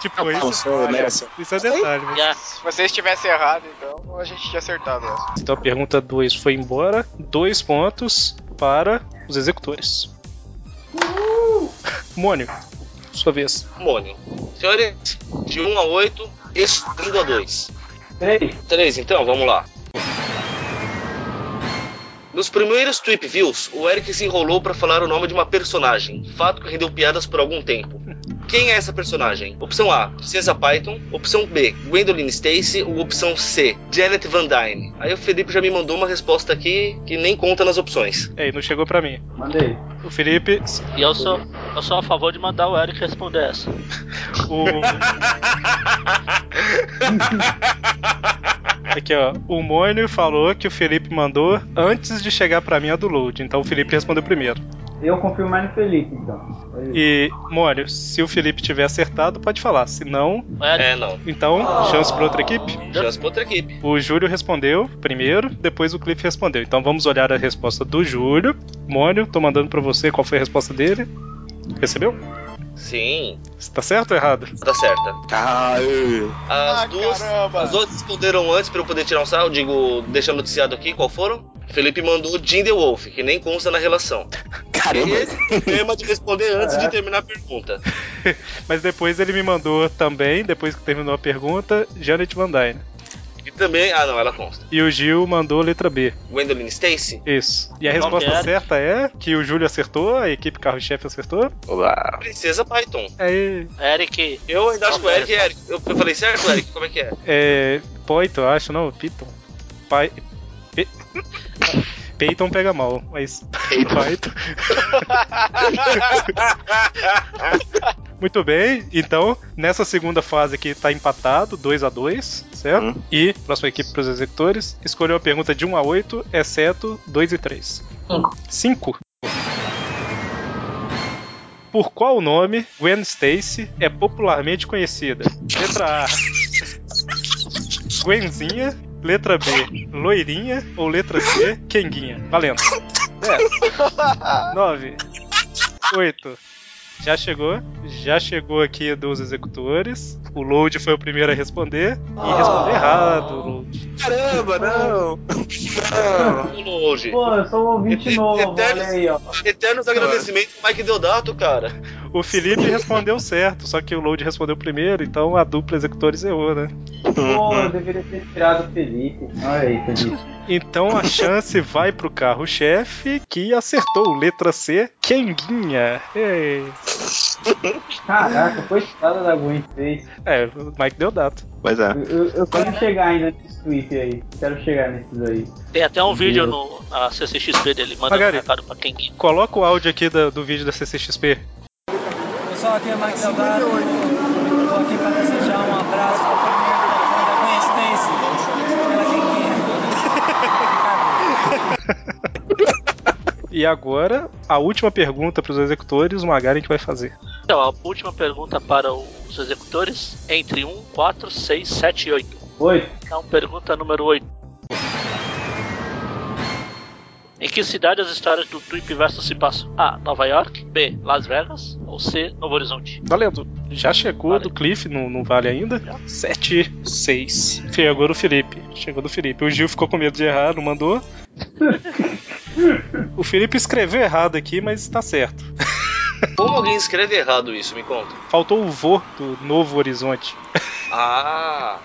[SPEAKER 4] Tipo,
[SPEAKER 10] Não,
[SPEAKER 4] isso,
[SPEAKER 10] tá sou, merece.
[SPEAKER 4] isso é detalhe. mas-
[SPEAKER 8] E a-
[SPEAKER 5] se vocês tivessem errado, então a gente tinha acertado essa.
[SPEAKER 4] Então a pergunta 2 foi embora. Dois pontos para os executores. Mônio, sua vez.
[SPEAKER 9] Mônio. Senhores, de 1 a 8, excluindo a 2.
[SPEAKER 7] Três.
[SPEAKER 9] 3, então, vamos lá. Nos primeiros Tweep Views, o Eric se enrolou para falar o nome de uma personagem, fato que rendeu piadas por algum tempo. Quem é essa personagem? Opção A, Princesa Python. Opção B, Gwendoline Stacy. Ou opção C, Janet Van Dyne. Aí o Felipe já me mandou uma resposta aqui que nem conta nas opções.
[SPEAKER 4] É, e não chegou pra mim.
[SPEAKER 7] Mandei.
[SPEAKER 4] O Felipe,
[SPEAKER 8] E eu sou, eu sou a favor de mandar o Eric responder essa.
[SPEAKER 4] o. Aqui, ó. O Mônio falou que o Felipe mandou antes de chegar pra mim a do load. Então o Felipe respondeu primeiro.
[SPEAKER 7] Eu confio mais no Felipe, então. Olha aí.
[SPEAKER 4] E, Mônio, se o Felipe tiver acertado, pode falar. Se não,
[SPEAKER 8] O Eric,
[SPEAKER 9] É, não.
[SPEAKER 4] então, chance pra outra equipe.
[SPEAKER 9] Chance pra outra equipe.
[SPEAKER 4] O Júlio respondeu primeiro, depois o Cliff respondeu. Então vamos olhar a resposta do Júlio. Mônio, tô mandando pra você qual foi a resposta dele. Recebeu?
[SPEAKER 9] Sim,
[SPEAKER 4] Tá certo ou errado?
[SPEAKER 9] tá certa.
[SPEAKER 10] Ah, eu-
[SPEAKER 9] As
[SPEAKER 5] Ah,
[SPEAKER 9] duas.
[SPEAKER 5] caramba.
[SPEAKER 9] As outras responderam antes pra eu poder tirar um sarro, digo, deixar noticiado aqui qual foram. Felipe mandou Jim The Wolf, que nem consta na relação.
[SPEAKER 10] Caramba. É.
[SPEAKER 9] Esse é o tema de responder antes de terminar a pergunta.
[SPEAKER 4] Mas depois ele me mandou também, depois que terminou a pergunta, Janet Van Dyne.
[SPEAKER 9] E também. Ah, não, ela consta.
[SPEAKER 4] E o Gil mandou letra B.
[SPEAKER 9] Gwendoline Stacy?
[SPEAKER 4] Isso. E a
[SPEAKER 8] Qual
[SPEAKER 4] resposta
[SPEAKER 8] que era?
[SPEAKER 4] certa é que o Júlio acertou, a equipe carro-chefe acertou.
[SPEAKER 10] Olá.
[SPEAKER 9] Princesa Python.
[SPEAKER 4] Aí,
[SPEAKER 8] Eric,
[SPEAKER 9] Eu ainda acho que o
[SPEAKER 8] Qual
[SPEAKER 9] Eric é Eric. Eu eu falei certo, Eric? Como é que é?
[SPEAKER 4] é. Poito, eu acho, não? Python. Pai. Pe... (laughs) Peyton pega mal, mas. (laughs) Python. Muito bem, então, nessa segunda fase aqui tá empatado, 2 a 2 certo?
[SPEAKER 10] Hum.
[SPEAKER 4] E, próxima equipe pros executores, escolheu a pergunta de 1 a 8, exceto 2 e 3. 5.
[SPEAKER 6] Cinco.
[SPEAKER 4] Por qual nome Gwen Stacy é popularmente conhecida? Letra A. Gwenzinha. Letra B, loirinha. Ou letra C, quenguinha. Valendo. 10, 9, 8. Já chegou. Já chegou aqui dos executores. O Load foi o primeiro a responder. E respondeu errado, Load.
[SPEAKER 10] Caramba, não. Não.
[SPEAKER 9] Longe.
[SPEAKER 7] Pô, eu sou um ouvinte
[SPEAKER 9] E- e-
[SPEAKER 7] novo,
[SPEAKER 9] e-
[SPEAKER 7] olha aí, ó.
[SPEAKER 9] Eternos agradecimentos ao Mike Deodato, cara.
[SPEAKER 4] O Felipe respondeu certo, só que o Load respondeu primeiro, então a dupla executores errou, né?
[SPEAKER 7] Pô, eu deveria ter tirado o Felipe. Olha aí, Felipe.
[SPEAKER 4] Então a chance vai pro carro-chefe que acertou. Letra C, Kenguinha. Ei.
[SPEAKER 7] Caraca, coitada da Gwen 6.
[SPEAKER 4] É, o Mike deu data.
[SPEAKER 10] Pois é.
[SPEAKER 7] Eu, eu quero chegar ainda nesse Twitter aí. Quero chegar nesses aí.
[SPEAKER 8] Tem até um vídeo no, na CCXP dele, manda um
[SPEAKER 4] Magari.
[SPEAKER 8] recado pra quem
[SPEAKER 4] Coloca o áudio aqui da- do vídeo da CCXP.
[SPEAKER 11] Pessoal, aqui é o Mike Delgado. Estou aqui para desejar um abraço ao primeiro patrão da Gwen Stacy, pela Kenguinha.
[SPEAKER 4] E agora, a última pergunta pros executores, o Magaren que vai fazer.
[SPEAKER 8] Então, a última pergunta para os executores: entre 1, 4, 6, 7 e 8.
[SPEAKER 7] Oi.
[SPEAKER 8] Então, pergunta número 8. Em que cidade as histórias do Trip Verso se passam? A. Nova York. B. Las Vegas. Ou C. Novo Horizonte.
[SPEAKER 4] Valendo. Já chegou do Cliff, não, não vale ainda? 7, 6. Chegou do Felipe. Chegou do Felipe. O Gil ficou com medo de errar, não mandou. o Felipe escreveu errado aqui, mas tá certo.
[SPEAKER 9] Como alguém escreve errado isso, me conta.
[SPEAKER 4] Faltou o vô do Novo Horizonte.
[SPEAKER 9] Ah!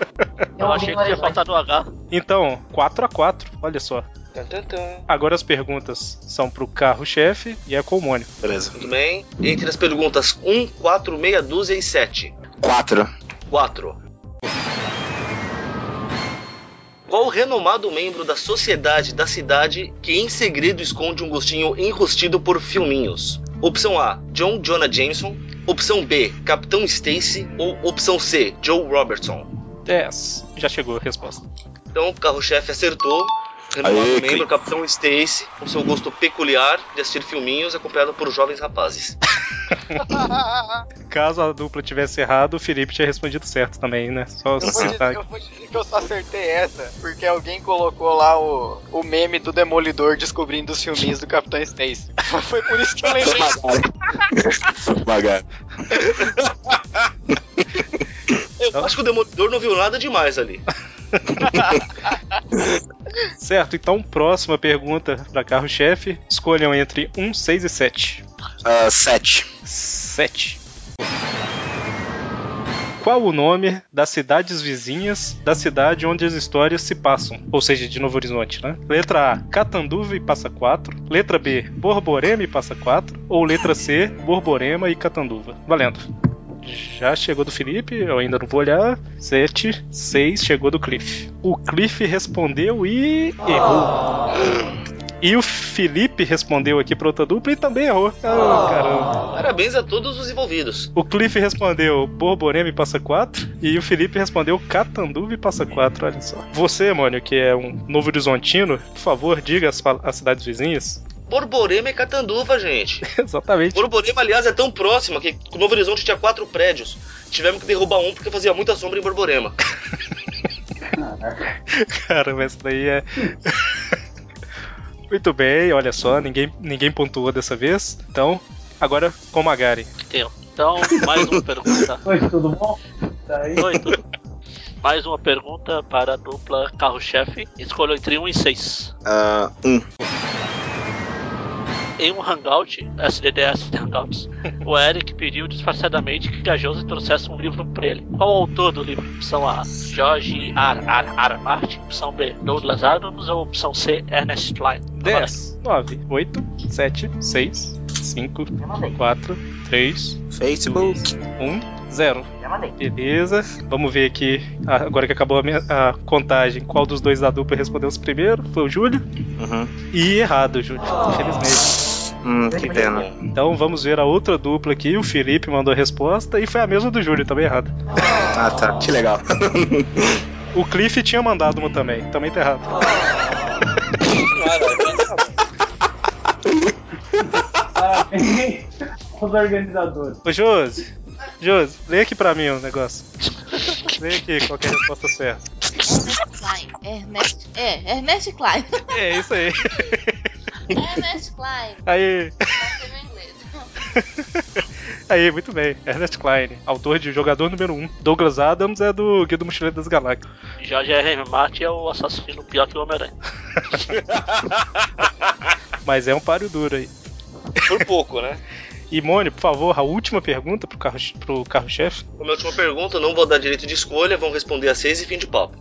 [SPEAKER 6] É um
[SPEAKER 8] Eu achei que ia faltar do H.
[SPEAKER 4] Então, 4 a 4 olha só.
[SPEAKER 9] Tan, tan, tan.
[SPEAKER 4] Agora as perguntas são pro carro-chefe e é com o Mônio.
[SPEAKER 10] Beleza.
[SPEAKER 9] Tudo bem? Entre as perguntas 1, 4, meia dúzia e 7.
[SPEAKER 10] Quatro.
[SPEAKER 9] 4. Qual renomado membro da sociedade da cidade que em segredo esconde um gostinho enrustido por filminhos? Opção A, John Jonah Jameson. Opção B, Capitão Stacy. Ou opção C, Joe Robertson.
[SPEAKER 4] 10. Já chegou a resposta.
[SPEAKER 9] Então, o carro-chefe acertou. Renomado
[SPEAKER 4] Aê,
[SPEAKER 9] membro, Capitão Stacy, com seu gosto peculiar de assistir filminhos, acompanhado por jovens rapazes.
[SPEAKER 4] Caso a dupla tivesse errado, o Felipe tinha respondido certo também, né? Só
[SPEAKER 5] Eu vou, dizer,
[SPEAKER 4] citar
[SPEAKER 5] eu vou dizer que eu só acertei essa, porque alguém colocou lá o, o meme do Demolidor descobrindo os filminhos do Capitão Stacy. (laughs) Foi por isso que eu lembrei.
[SPEAKER 10] Magari.
[SPEAKER 9] Eu acho que o Demolidor não viu nada demais ali.
[SPEAKER 4] Certo, então próxima pergunta para carro-chefe. Escolham entre 1, 6 e 7.
[SPEAKER 10] 7.
[SPEAKER 4] 7. Qual o nome das cidades vizinhas da cidade onde as histórias se passam? Ou seja, de Novo Horizonte, né? Letra A, Catanduva e Passa 4. Letra B, Borborema e Passa 4. Ou letra C, Borborema e Catanduva. Valendo. Já chegou do Felipe, eu ainda não vou olhar. 7, 6, chegou do Cliff. O Cliff respondeu e. errou. E o Felipe respondeu aqui pra outra dupla e também errou. Ah, caramba.
[SPEAKER 9] Parabéns a todos os envolvidos.
[SPEAKER 4] O Cliff respondeu Borborema e passa 4 e o Felipe respondeu Catanduva e passa 4, olha só. Você, Mônio, que é um novo horizontino, por favor, diga as, fa- as cidades vizinhas. (laughs)
[SPEAKER 9] Borborema e Catanduva, gente.
[SPEAKER 4] Exatamente.
[SPEAKER 9] Borborema, aliás, é tão próxima que o Novo Horizonte tinha quatro prédios. Tivemos que derrubar um porque fazia muita sombra em Borborema.
[SPEAKER 4] Cara, mas isso daí é. (laughs) Muito bem, olha só, ninguém, ninguém pontuou dessa vez. Então, agora com o Magari.
[SPEAKER 8] Tem. Então, mais uma pergunta.
[SPEAKER 7] Oi, tudo bom? Tá aí?
[SPEAKER 8] Oi, tudo. Mais uma pergunta para a dupla carro-chefe. Escolha entre 1 e 6.
[SPEAKER 10] Ah, um.
[SPEAKER 8] Em um hangout, SDDS de Hangouts, o Eric pediu disfarçadamente que a Josi trouxesse um livro para ele. Qual o autor do livro? Opção A. Jorge R. R. R. Martin. Opção B. Douglas Adams. Ou opção C. Ernest Klein.
[SPEAKER 4] 10, 9, 8, 7, 6, 5, 4, 3,
[SPEAKER 10] Facebook,
[SPEAKER 4] 1, 0.
[SPEAKER 6] Já mandei.
[SPEAKER 4] Beleza, vamos ver aqui, ah, agora que acabou a, minha- a contagem, qual dos dois da dupla respondeu os primeiro? Foi o Júlio? E errado, Júlio, infelizmente.
[SPEAKER 10] Hum, que pena.
[SPEAKER 4] Então vamos ver a outra dupla aqui, o Felipe mandou a resposta e foi a mesma do Júlio, também errada.
[SPEAKER 10] Ah, tá. Que legal.
[SPEAKER 4] O Cliff tinha mandado uma também, também tá errado.
[SPEAKER 7] Parabéns aos organizadores.
[SPEAKER 4] Ô Josi, Josi, lê aqui pra mim o negócio. Lê aqui qual que é a resposta certa.
[SPEAKER 12] Klein. Ernest, é, Ernest Klein.
[SPEAKER 4] É isso aí.
[SPEAKER 12] Ernest Klein.
[SPEAKER 4] Aí.
[SPEAKER 12] Esse é meu inglês.
[SPEAKER 4] Aí, muito bem. Ernest Klein, autor de Jogador Número 1. Douglas Adams é do Guia do Mochileiro das Galáxias.
[SPEAKER 8] Jorge R. R. Martin é o assassino pior que o Homem-Aranha.
[SPEAKER 4] Mas é um páreo duro aí.
[SPEAKER 9] Por pouco, né?
[SPEAKER 4] E Mônio, por favor, a última pergunta pro carro-chefe. Pro carro -chefe.
[SPEAKER 9] Como é a última pergunta, não vou dar direito de escolha, vão responder às seis e fim de papo.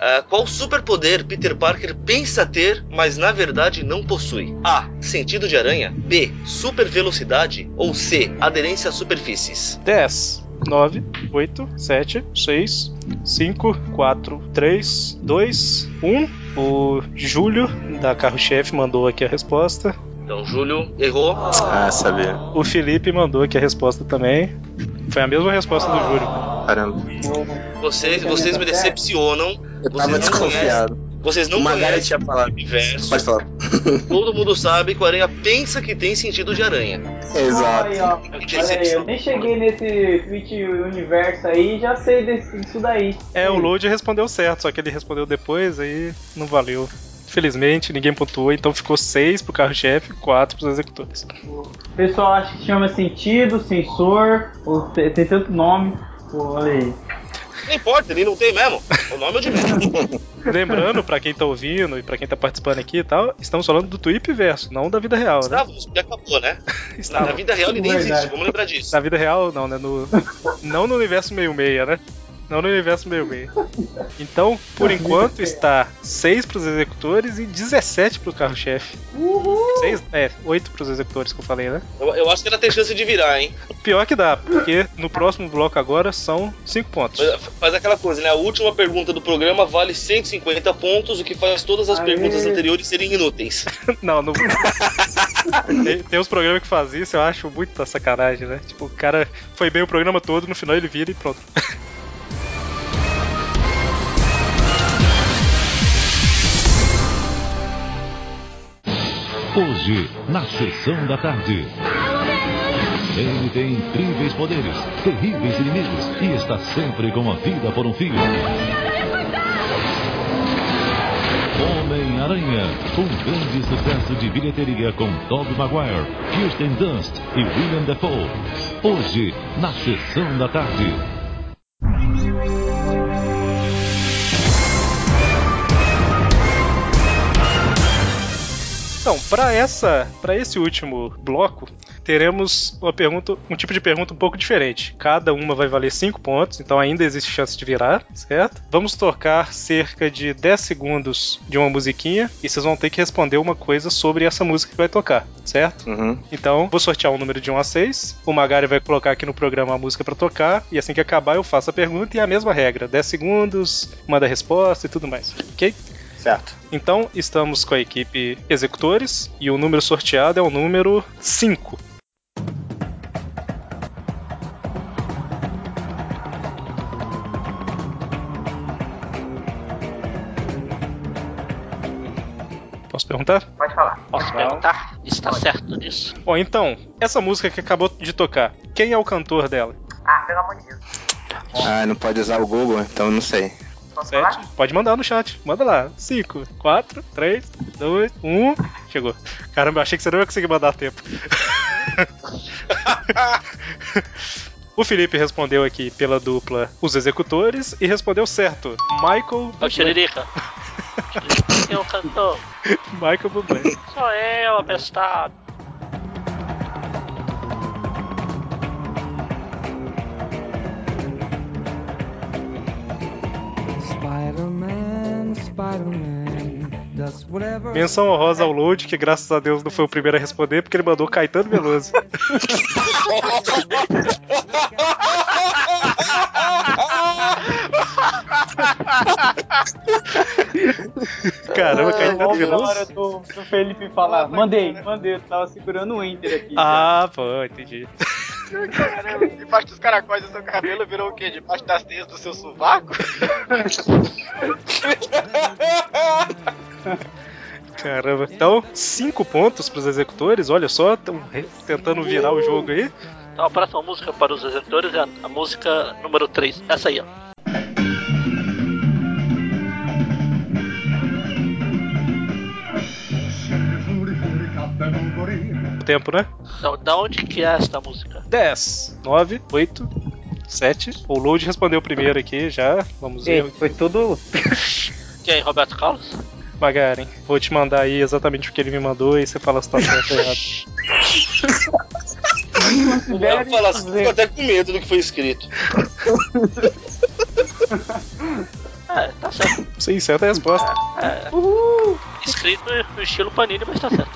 [SPEAKER 9] Ah, qual superpoder Peter Parker pensa ter, mas na verdade não possui? A. Sentido de aranha. B. Super velocidade. Ou C. Aderência a superfícies.
[SPEAKER 4] 10, 9, 8, 7, 6, 5, 4, 3, 2, 1. O Júlio, da Carro-Chefe, mandou aqui a resposta.
[SPEAKER 9] Então, Júlio errou.
[SPEAKER 10] Ah, sabia.
[SPEAKER 4] O Felipe mandou aqui a resposta também. Foi a mesma resposta do Júlio.
[SPEAKER 10] Caramba.
[SPEAKER 9] Vocês, vocês me decepcionam.
[SPEAKER 10] Eu tava
[SPEAKER 9] vocês não
[SPEAKER 10] desconfiado.
[SPEAKER 9] conhecem- Vocês não
[SPEAKER 10] O Magari
[SPEAKER 9] conhecem
[SPEAKER 10] tinha falado.
[SPEAKER 9] universo.
[SPEAKER 10] Pode falar.
[SPEAKER 9] Todo mundo sabe que o aranha pensa que tem sentido de aranha.
[SPEAKER 10] Exato.
[SPEAKER 7] Aí, ó. Olha aí, eu nem cheguei nesse Twitch universo aí e já sei desse- disso daí.
[SPEAKER 4] É, o Load respondeu certo, só que ele respondeu depois, aí não valeu. Felizmente, ninguém pontuou, então ficou 6 pro carro-chefe e 4 pros executores.
[SPEAKER 7] O pessoal acha que chama sentido, sensor, ou te- tem tanto nome. Pô, olha aí.
[SPEAKER 9] Não importa, ele não tem mesmo. O nome é o de menos.
[SPEAKER 4] Lembrando, pra quem tá ouvindo e pra quem tá participando aqui e tal, estamos falando do Twip verso, não da vida real, né?
[SPEAKER 9] Estávamos, porque acabou, né?
[SPEAKER 4] Estávamos.
[SPEAKER 9] Na vida real ele nem
[SPEAKER 4] Verdade.
[SPEAKER 9] existe, vamos lembrar disso.
[SPEAKER 4] Na vida real, não, né? No, não no universo meio-meia, né? Não no universo meio-meia. Então, por enquanto, está 6 pros executores e 17 pro carro-chefe.
[SPEAKER 7] Uhul!
[SPEAKER 4] 6, é, 8 pros executores que eu falei, né?
[SPEAKER 9] Eu, eu acho que ela tem chance de virar, hein?
[SPEAKER 4] Pior que dá, porque no próximo bloco agora são 5 pontos.
[SPEAKER 9] Mas Faz aquela coisa, né? A última pergunta do programa vale 150 pontos, o que faz todas as perguntas anteriores serem inúteis.
[SPEAKER 4] (laughs) Não, não. tem, tem uns programas que faz isso, eu acho muita sacanagem, né? Tipo, o cara foi bem o programa todo, no final ele vira e pronto.
[SPEAKER 2] Hoje, na sessão da tarde. Ele tem incríveis poderes, terríveis inimigos e está sempre com a vida por um fio. Homem-Aranha, um grande sucesso de bilheteria com Tobey Maguire, Kirsten Dunst e William Dafoe. Hoje, na sessão da tarde.
[SPEAKER 4] Então, pra essa, para esse último bloco, teremos uma pergunta, um tipo de pergunta um pouco diferente. Cada uma vai valer 5 pontos, então ainda existe chance de virar, certo? Vamos tocar cerca de 10 segundos de uma musiquinha e vocês vão ter que responder uma coisa sobre essa música que vai tocar, certo? Então, vou sortear um número de 1 a 6. O Magari vai colocar aqui no programa a música pra tocar. E assim que acabar, eu faço a pergunta e é a mesma regra: 10 segundos, manda a resposta e tudo mais, ok? Certo. Então, estamos com a equipe executores e o número sorteado é o número 5. Posso perguntar?
[SPEAKER 6] Pode falar.
[SPEAKER 8] Posso perguntar? Está certo disso?
[SPEAKER 4] Bom, então, essa música que acabou de tocar, quem é o cantor dela?
[SPEAKER 6] Ah, pelo amor de Deus.
[SPEAKER 10] Ah, não pode usar o Google, então não sei.
[SPEAKER 4] Sete? Pode mandar no chat. Manda lá. 5, 4, 3, 2, 1. Chegou. Caramba, eu achei que você não ia conseguir mandar a tempo. (laughs) o Felipe respondeu aqui pela dupla Os Executores e respondeu certo. Michael
[SPEAKER 8] É o
[SPEAKER 4] Bublé.
[SPEAKER 8] Tiririca. Eu um cantor.
[SPEAKER 4] Michael Bublé.
[SPEAKER 8] Sou eu, abestado.
[SPEAKER 1] Spider-Man, Spider-Man does whatever.
[SPEAKER 4] Menção honrosa ao Load, que graças a Deus não foi o primeiro a responder, porque ele mandou Caetano Veloso. Caramba, Caetano
[SPEAKER 7] É, Olha a hora
[SPEAKER 4] Veloso.
[SPEAKER 7] do, do Felipe falar. Mandei, mandei, eu tava segurando o Enter aqui.
[SPEAKER 4] Ah, pô, entendi.
[SPEAKER 5] Caramba, debaixo dos caracóis do seu cabelo virou o quê? Debaixo das teias do seu sovaco?
[SPEAKER 4] Caramba. Então, 5 pontos pros executores, olha só, estão tentando virar o jogo aí.
[SPEAKER 8] Então a próxima música para os executores é a, a música número 3. Essa aí, ó.
[SPEAKER 4] Tempo, né?
[SPEAKER 8] Então, da onde que é esta música?
[SPEAKER 4] 10, 9, 8, 7. O Load respondeu primeiro aqui já. Vamos ver.
[SPEAKER 8] Ei,
[SPEAKER 4] Foi tudo.
[SPEAKER 8] Quem? é Roberto Carlos?
[SPEAKER 4] Magaren, vou te mandar aí exatamente o que ele me mandou e você fala se tá certo ou errado.
[SPEAKER 9] O Léo fala assim, fico até com medo do que foi escrito.
[SPEAKER 8] É, tá certo.
[SPEAKER 4] Sim, certa a resposta.
[SPEAKER 8] É. Escrito no estilo Panini, mas tá certo.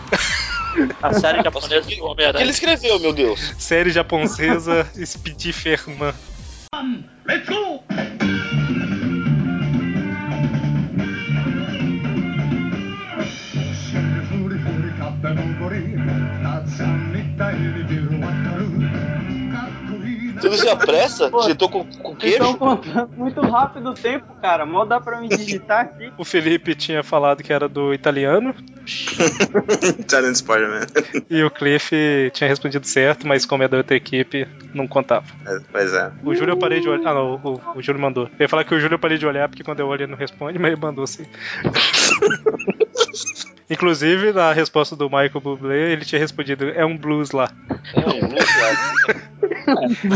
[SPEAKER 8] A série japonesa do Homem-Aranha.
[SPEAKER 9] Ele escreveu, meu Deus.
[SPEAKER 4] Série japonesa Spidiferman.
[SPEAKER 11] Let's go!
[SPEAKER 9] Você não se apressa?
[SPEAKER 7] Pô, então
[SPEAKER 9] Digitou com, com
[SPEAKER 7] Vocês
[SPEAKER 9] queijo?
[SPEAKER 7] estão contando muito rápido o tempo, cara. Mal dá pra me digitar aqui.
[SPEAKER 4] O Felipe tinha falado que era do italiano.
[SPEAKER 10] Italian Spider-Man.
[SPEAKER 4] E o Cliff tinha respondido certo, mas como é da outra equipe, não contava.
[SPEAKER 10] Pois é.
[SPEAKER 4] O Júlio eu parei de olhar. Ah, não, o, o Júlio mandou. Eu ia falar que o Júlio eu parei de olhar porque quando eu olho ele não responde, mas ele mandou sim. Inclusive, na resposta do Michael Bublé, ele tinha respondido: é um blues lá.
[SPEAKER 9] um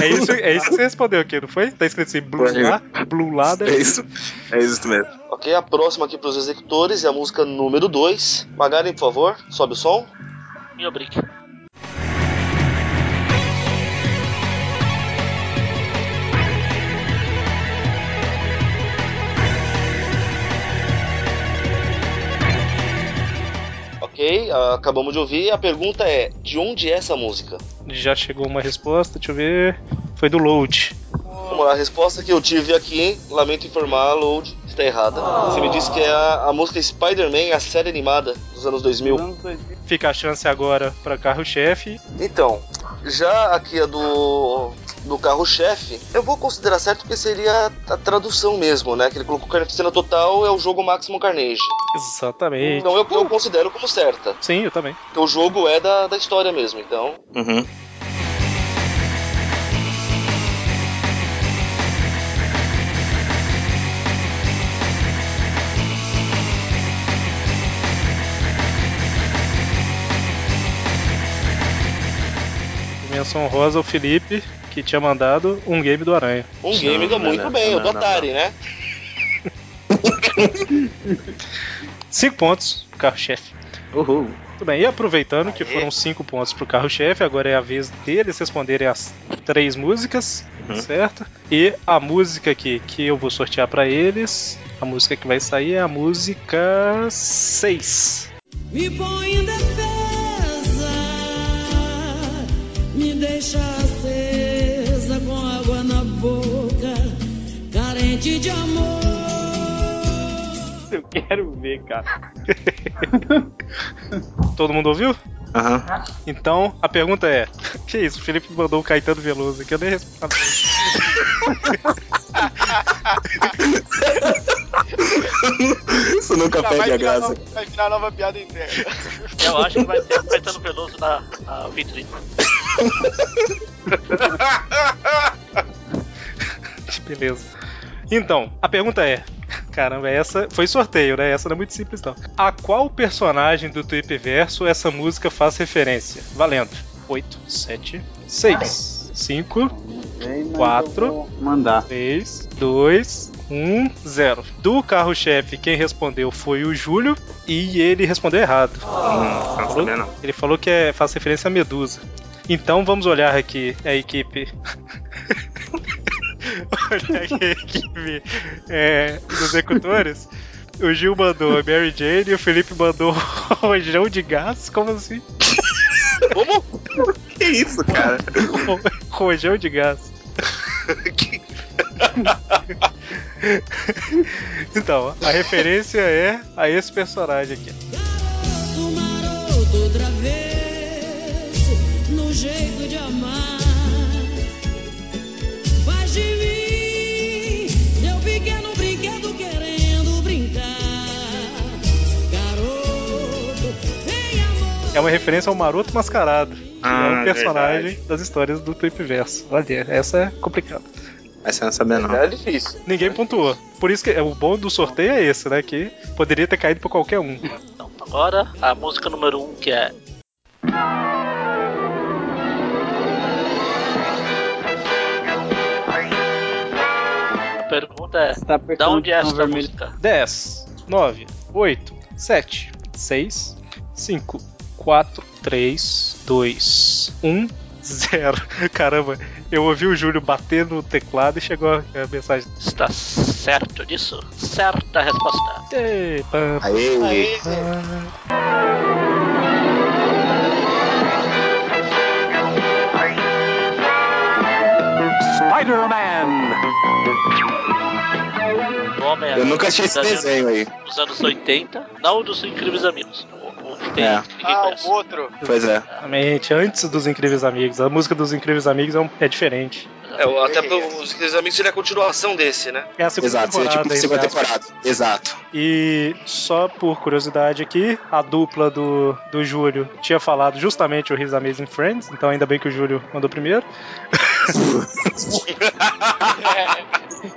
[SPEAKER 4] É isso, é isso que você respondeu aqui, não foi? Tá escrito assim: blues
[SPEAKER 9] Foi.
[SPEAKER 4] lá, blue lá. deve-
[SPEAKER 9] É isso.
[SPEAKER 10] É isso mesmo.
[SPEAKER 9] Ok, a próxima aqui pros executores é a música número 2. Magaren, por favor, sobe o som.
[SPEAKER 8] Me obrigue.
[SPEAKER 9] Ok, ah, acabamos de ouvir. A pergunta é: de onde é essa música?
[SPEAKER 4] Já chegou uma resposta, deixa eu ver. Foi do Load.
[SPEAKER 9] Vamos lá, a resposta que eu tive aqui, lamento informar, Load, está errada. Você me disse que é a, a música Spider-Man, a série animada dos anos 2000.
[SPEAKER 4] Fica a chance agora pra carro-chefe.
[SPEAKER 9] Então, já aqui a do, do carro-chefe, eu vou considerar certo porque seria a tradução mesmo, né? Que ele colocou Carnificina Total é o jogo Maximum Carnage.
[SPEAKER 4] Exatamente.
[SPEAKER 9] Então eu, eu considero como certa.
[SPEAKER 4] Sim, eu também.
[SPEAKER 9] Porque o jogo é da, da história mesmo, então.
[SPEAKER 10] Uhum.
[SPEAKER 4] Menção rosa o Felipe, que tinha mandado um game do Aranha.
[SPEAKER 9] Um game do muito bem, é o do Atari, né?
[SPEAKER 4] Cinco pontos, carro-chefe. Uhul. Tudo bem, e aproveitando que foram cinco pontos pro carro-chefe, agora é a vez deles responderem as três músicas, certo? E a música aqui que eu vou sortear pra eles, a música que vai sair é a música 6.
[SPEAKER 11] Me põe indefesa, me deixa acesa com água na boca, carente de amor.
[SPEAKER 7] Eu quero ver, cara.
[SPEAKER 4] Todo mundo ouviu?
[SPEAKER 10] Aham.
[SPEAKER 4] Então, a pergunta é: (laughs) Que isso? O Felipe mandou o Caetano Veloso aqui, eu nem respondi.
[SPEAKER 10] Isso nunca
[SPEAKER 5] Já
[SPEAKER 10] perde
[SPEAKER 5] vai
[SPEAKER 10] a
[SPEAKER 5] virar
[SPEAKER 10] graça.
[SPEAKER 5] no- vai virar nova piada interna.
[SPEAKER 8] Eu acho que vai ser o Caetano Veloso na, na vitrine.
[SPEAKER 4] (laughs) Beleza. Então, a pergunta é: Caramba, essa foi sorteio, né? Essa não é muito simples, não. A qual personagem do Tweep Verso essa música faz referência? Valendo: 8, 7, 6, 5, 4,
[SPEAKER 7] mandar.
[SPEAKER 4] 3, 2, 1, 0. um, Do carro-chefe, quem respondeu foi o Júlio e ele respondeu errado. Falou- Ele falou que é, faz referência à Medusa. Então vamos olhar aqui a equipe. (laughs) olhar aqui a equipe é, dos executores. O Gil mandou a Mary Jane e o Felipe mandou (laughs) rojão de gás? Como assim?
[SPEAKER 9] Como?
[SPEAKER 10] Que isso, cara?
[SPEAKER 4] Rojão de gás. então, a referência é a esse personagem aqui.
[SPEAKER 11] Outro travesso no jeito de amar. Faz de mim meu pequeno brinquedo querendo brincar. Garoto, vem amor.
[SPEAKER 4] É uma referência ao Maroto Mascarado, que é um
[SPEAKER 10] Ah,
[SPEAKER 4] personagem das histórias do Trip Verso. Olha, essa é complicada.
[SPEAKER 10] Essa eu não sabia, não.
[SPEAKER 9] (laughs) É difícil.
[SPEAKER 4] Ninguém pontuou. Por isso que é- o bom do sorteio é esse, né? Que poderia ter caído pra qualquer um.
[SPEAKER 8] Então, Agora, a música número 1, um, que é
[SPEAKER 7] Então,
[SPEAKER 8] A pergunta é: da onde é essa música?
[SPEAKER 4] 10, 9, 8, 7, 6, 5, 4, 3, 2, 1, 0. um, (laughs) Caramba, eu ouvi o Júlio bater no teclado e chegou a a mensagem.
[SPEAKER 8] Está certo disso? Certa resposta.
[SPEAKER 4] Ei, pam,
[SPEAKER 8] Aê.
[SPEAKER 4] aê,
[SPEAKER 8] Aê.
[SPEAKER 4] pam.
[SPEAKER 8] O homem é
[SPEAKER 10] Eu nunca achei esse desenho aí.
[SPEAKER 8] Dos anos 80, não dos Incríveis Amigos. O, o que tem,
[SPEAKER 10] É.
[SPEAKER 8] ninguém
[SPEAKER 9] Ah,
[SPEAKER 8] conhece.
[SPEAKER 5] Ah, Outro.
[SPEAKER 10] Pois é.
[SPEAKER 4] Exatamente, antes dos Incríveis Amigos. A música dos Incríveis Amigos é, um- é diferente.
[SPEAKER 9] É, o- até porque os Incríveis amigos seria a continuação desse, né?
[SPEAKER 4] É a segunda
[SPEAKER 9] Exato, seria
[SPEAKER 4] temporada. né?
[SPEAKER 9] tipo segunda
[SPEAKER 4] entre aspas.
[SPEAKER 9] temporada.
[SPEAKER 10] Exato.
[SPEAKER 4] E só por curiosidade aqui, a dupla do, do Júlio tinha falado justamente o His Amazing Friends, então ainda bem que o Júlio mandou primeiro.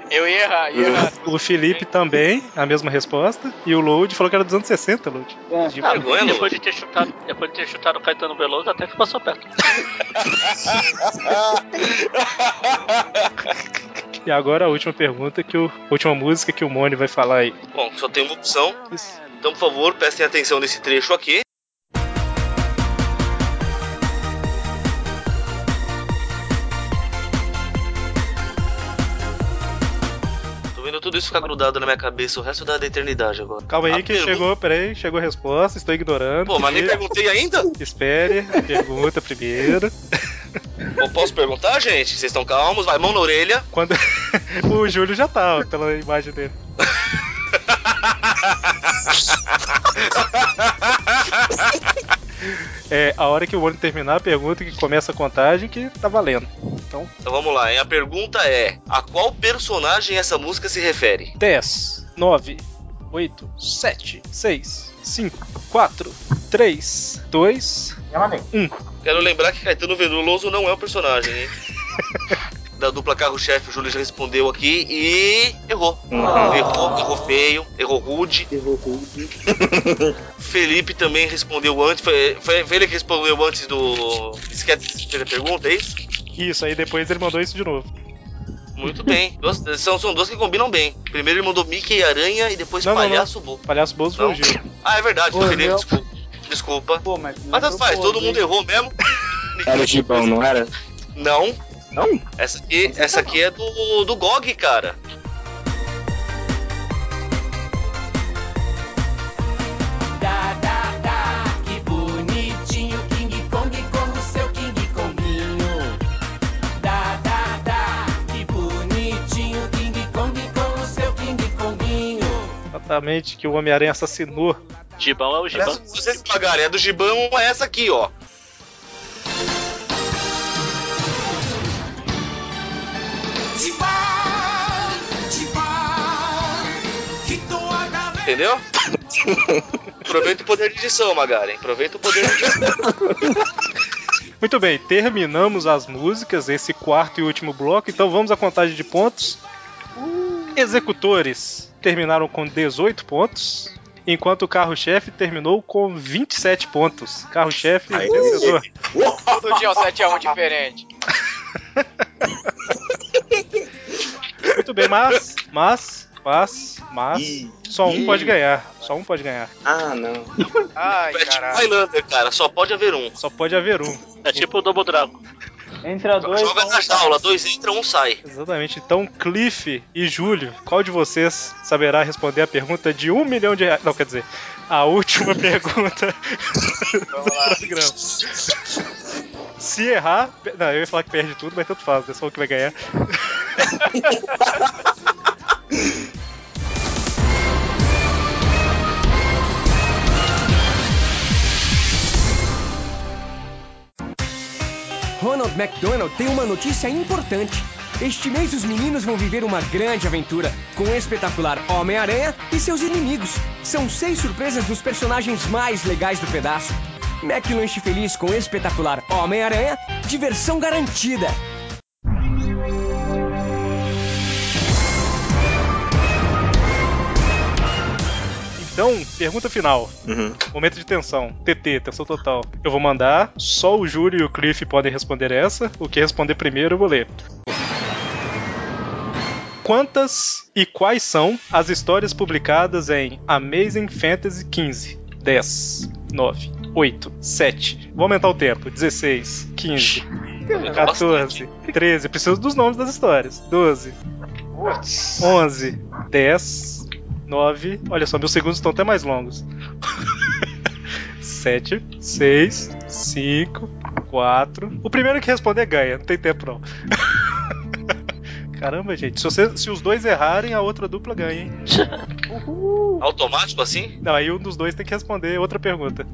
[SPEAKER 5] Eu ia errar, ia errar.
[SPEAKER 4] o Felipe também, a mesma resposta. E o Load falou que era dos anos 60, Load.
[SPEAKER 8] Ah,
[SPEAKER 9] é
[SPEAKER 8] depois, de ter chutado, depois de ter chutado o Caetano Veloso, até que passou perto.
[SPEAKER 4] E agora a última pergunta, que o, a última música que o Mone vai falar aí.
[SPEAKER 9] Bom, só tem uma opção. Então, por favor, prestem atenção nesse trecho aqui. Tô vendo tudo isso ficar grudado na minha cabeça o resto da da eternidade agora.
[SPEAKER 4] Calma aí
[SPEAKER 9] A
[SPEAKER 4] que
[SPEAKER 9] pergunta-
[SPEAKER 4] chegou, peraí, chegou a resposta, estou ignorando.
[SPEAKER 9] Pô, mas nem perguntei ainda?
[SPEAKER 4] Espere, pergunta primeiro.
[SPEAKER 9] Pô, posso perguntar, gente? Vocês estão calmos? Vai, mão na orelha.
[SPEAKER 4] Quando... (laughs) o Júlio já tá, ó, pela imagem dele. É, a hora que o Mone terminar a pergunta, que começa a contagem, que tá valendo. Então,
[SPEAKER 9] Então vamos lá, hein? A pergunta é: a qual personagem essa música se refere?
[SPEAKER 4] 10, 9, 8, 7, 6, 5, 4, 3, 2, 1.
[SPEAKER 9] Quero lembrar que Caetano Veloso não é um personagem, (laughs) hein? Da dupla carro-chefe, o Júlio já respondeu aqui e errou. Errou, errou feio, errou rude. Ah. Errou rude. (laughs) Felipe também respondeu antes. Foi, foi foi ele que respondeu antes do. Você quer fazer a pergunta, é isso?
[SPEAKER 4] Isso, aí depois ele mandou isso de novo.
[SPEAKER 9] Muito bem. Duas- são, são duas que combinam bem. Primeiro ele mandou Mickey e Aranha e depois Palhaço Bo.
[SPEAKER 4] Palhaço Bozo foi o Gil.
[SPEAKER 9] Ah, é verdade,
[SPEAKER 4] Ô,
[SPEAKER 9] tô perdendo,
[SPEAKER 4] meu.
[SPEAKER 9] desculpa. Desculpa.
[SPEAKER 7] mas é
[SPEAKER 9] tanto faz, todo mundo errou mesmo.
[SPEAKER 10] Era o Gibão, não era?
[SPEAKER 9] Não.
[SPEAKER 10] Não?
[SPEAKER 9] Essa aqui, essa aqui é do, do GOG, cara.
[SPEAKER 11] Que bonitinho King Kong como seu King Konginho. Dá, dá, dá. Que bonitinho King Kong como seu King Konginho.
[SPEAKER 4] Exatamente, que o Homem-Aranha assassinou.
[SPEAKER 8] Gibão é o
[SPEAKER 9] Aliás, se vocês pagarem a do Gibão, é essa aqui, ó. Entendeu? Aproveita o poder de edição, Magaren. Aproveita o poder de edição.
[SPEAKER 4] Muito bem, terminamos as músicas, esse quarto e último bloco, então vamos à contagem de pontos. Executores terminaram com 18 pontos, enquanto o carro-chefe terminou com 27 pontos. Carro-chefe vencedor.
[SPEAKER 5] Todo dia é um 7x1 diferente.
[SPEAKER 4] Muito bem, mas, mas, mas, mas, só um
[SPEAKER 9] ih.
[SPEAKER 4] pode ganhar. Só um pode ganhar.
[SPEAKER 10] Ah, não.
[SPEAKER 5] Ai,
[SPEAKER 9] é tipo Highlander, cara. Só pode haver um.
[SPEAKER 4] Só pode haver um.
[SPEAKER 8] É tipo o Double Dragon.
[SPEAKER 7] Entra dois.
[SPEAKER 9] Joga na jaula, dois entra, um sai.
[SPEAKER 4] Exatamente. Então, Cliff e Júlio, qual de vocês saberá responder a pergunta de um milhão de reais? Não, quer dizer, a última (laughs) pergunta do programa. Se errar, pe- não, eu ia falar que perde tudo, mas tanto faz, é só o que vai ganhar.
[SPEAKER 11] Ronald McDonald tem uma notícia importante. Este mês os meninos vão viver uma grande aventura com o espetacular Homem-Aranha e seus inimigos. São seis surpresas dos personagens mais legais do pedaço. Mac Lanche Feliz com o espetacular Homem-Aranha, diversão garantida.
[SPEAKER 4] Então, pergunta final. Momento de tensão. TT, tensão total. Eu vou mandar, só o Júlio e o Cliff podem responder essa. O que responder primeiro eu vou ler. Quantas e quais são as histórias publicadas em Amazing Fantasy XV? 10, 9, 8, 7. Vou aumentar o tempo. 16, 15, 14, 13. Preciso dos nomes das histórias. 12, 11, 10, 9. Olha só, meus segundos estão até mais longos. 7, 6, 5, 4. O primeiro que responder ganha, não tem tempo não. (laughs) Caramba, gente, se, você- se os dois errarem, a outra dupla ganha, hein? (laughs)
[SPEAKER 9] Automático assim?
[SPEAKER 4] Não, aí um dos dois tem que responder outra pergunta.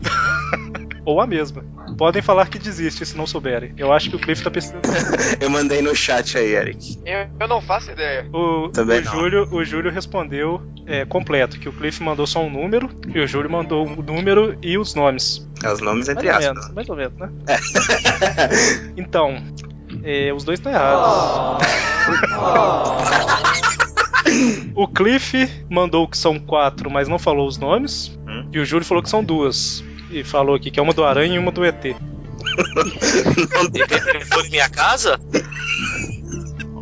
[SPEAKER 4] (laughs) Ou a mesma. Podem falar que desiste se não souberem. Eu acho que o Cliff tá pensando.
[SPEAKER 10] Eu mandei no chat aí, Eric.
[SPEAKER 5] Eu, eu não faço ideia.
[SPEAKER 4] O,
[SPEAKER 10] Também
[SPEAKER 4] o
[SPEAKER 10] não.
[SPEAKER 4] Júlio, o Júlio respondeu é, completo, que o Cliff mandou só um número, e o Júlio mandou um número e os nomes.
[SPEAKER 10] É Os nomes entre
[SPEAKER 4] mais ou
[SPEAKER 10] aspas.
[SPEAKER 4] menos, mais ou menos, né? (laughs) então, é, os dois estão errados. O Cliff mandou que são quatro, mas não falou os nomes. E o Júlio falou que são duas. E falou aqui que é uma do Aranha e uma do ET.
[SPEAKER 9] Foi minha casa?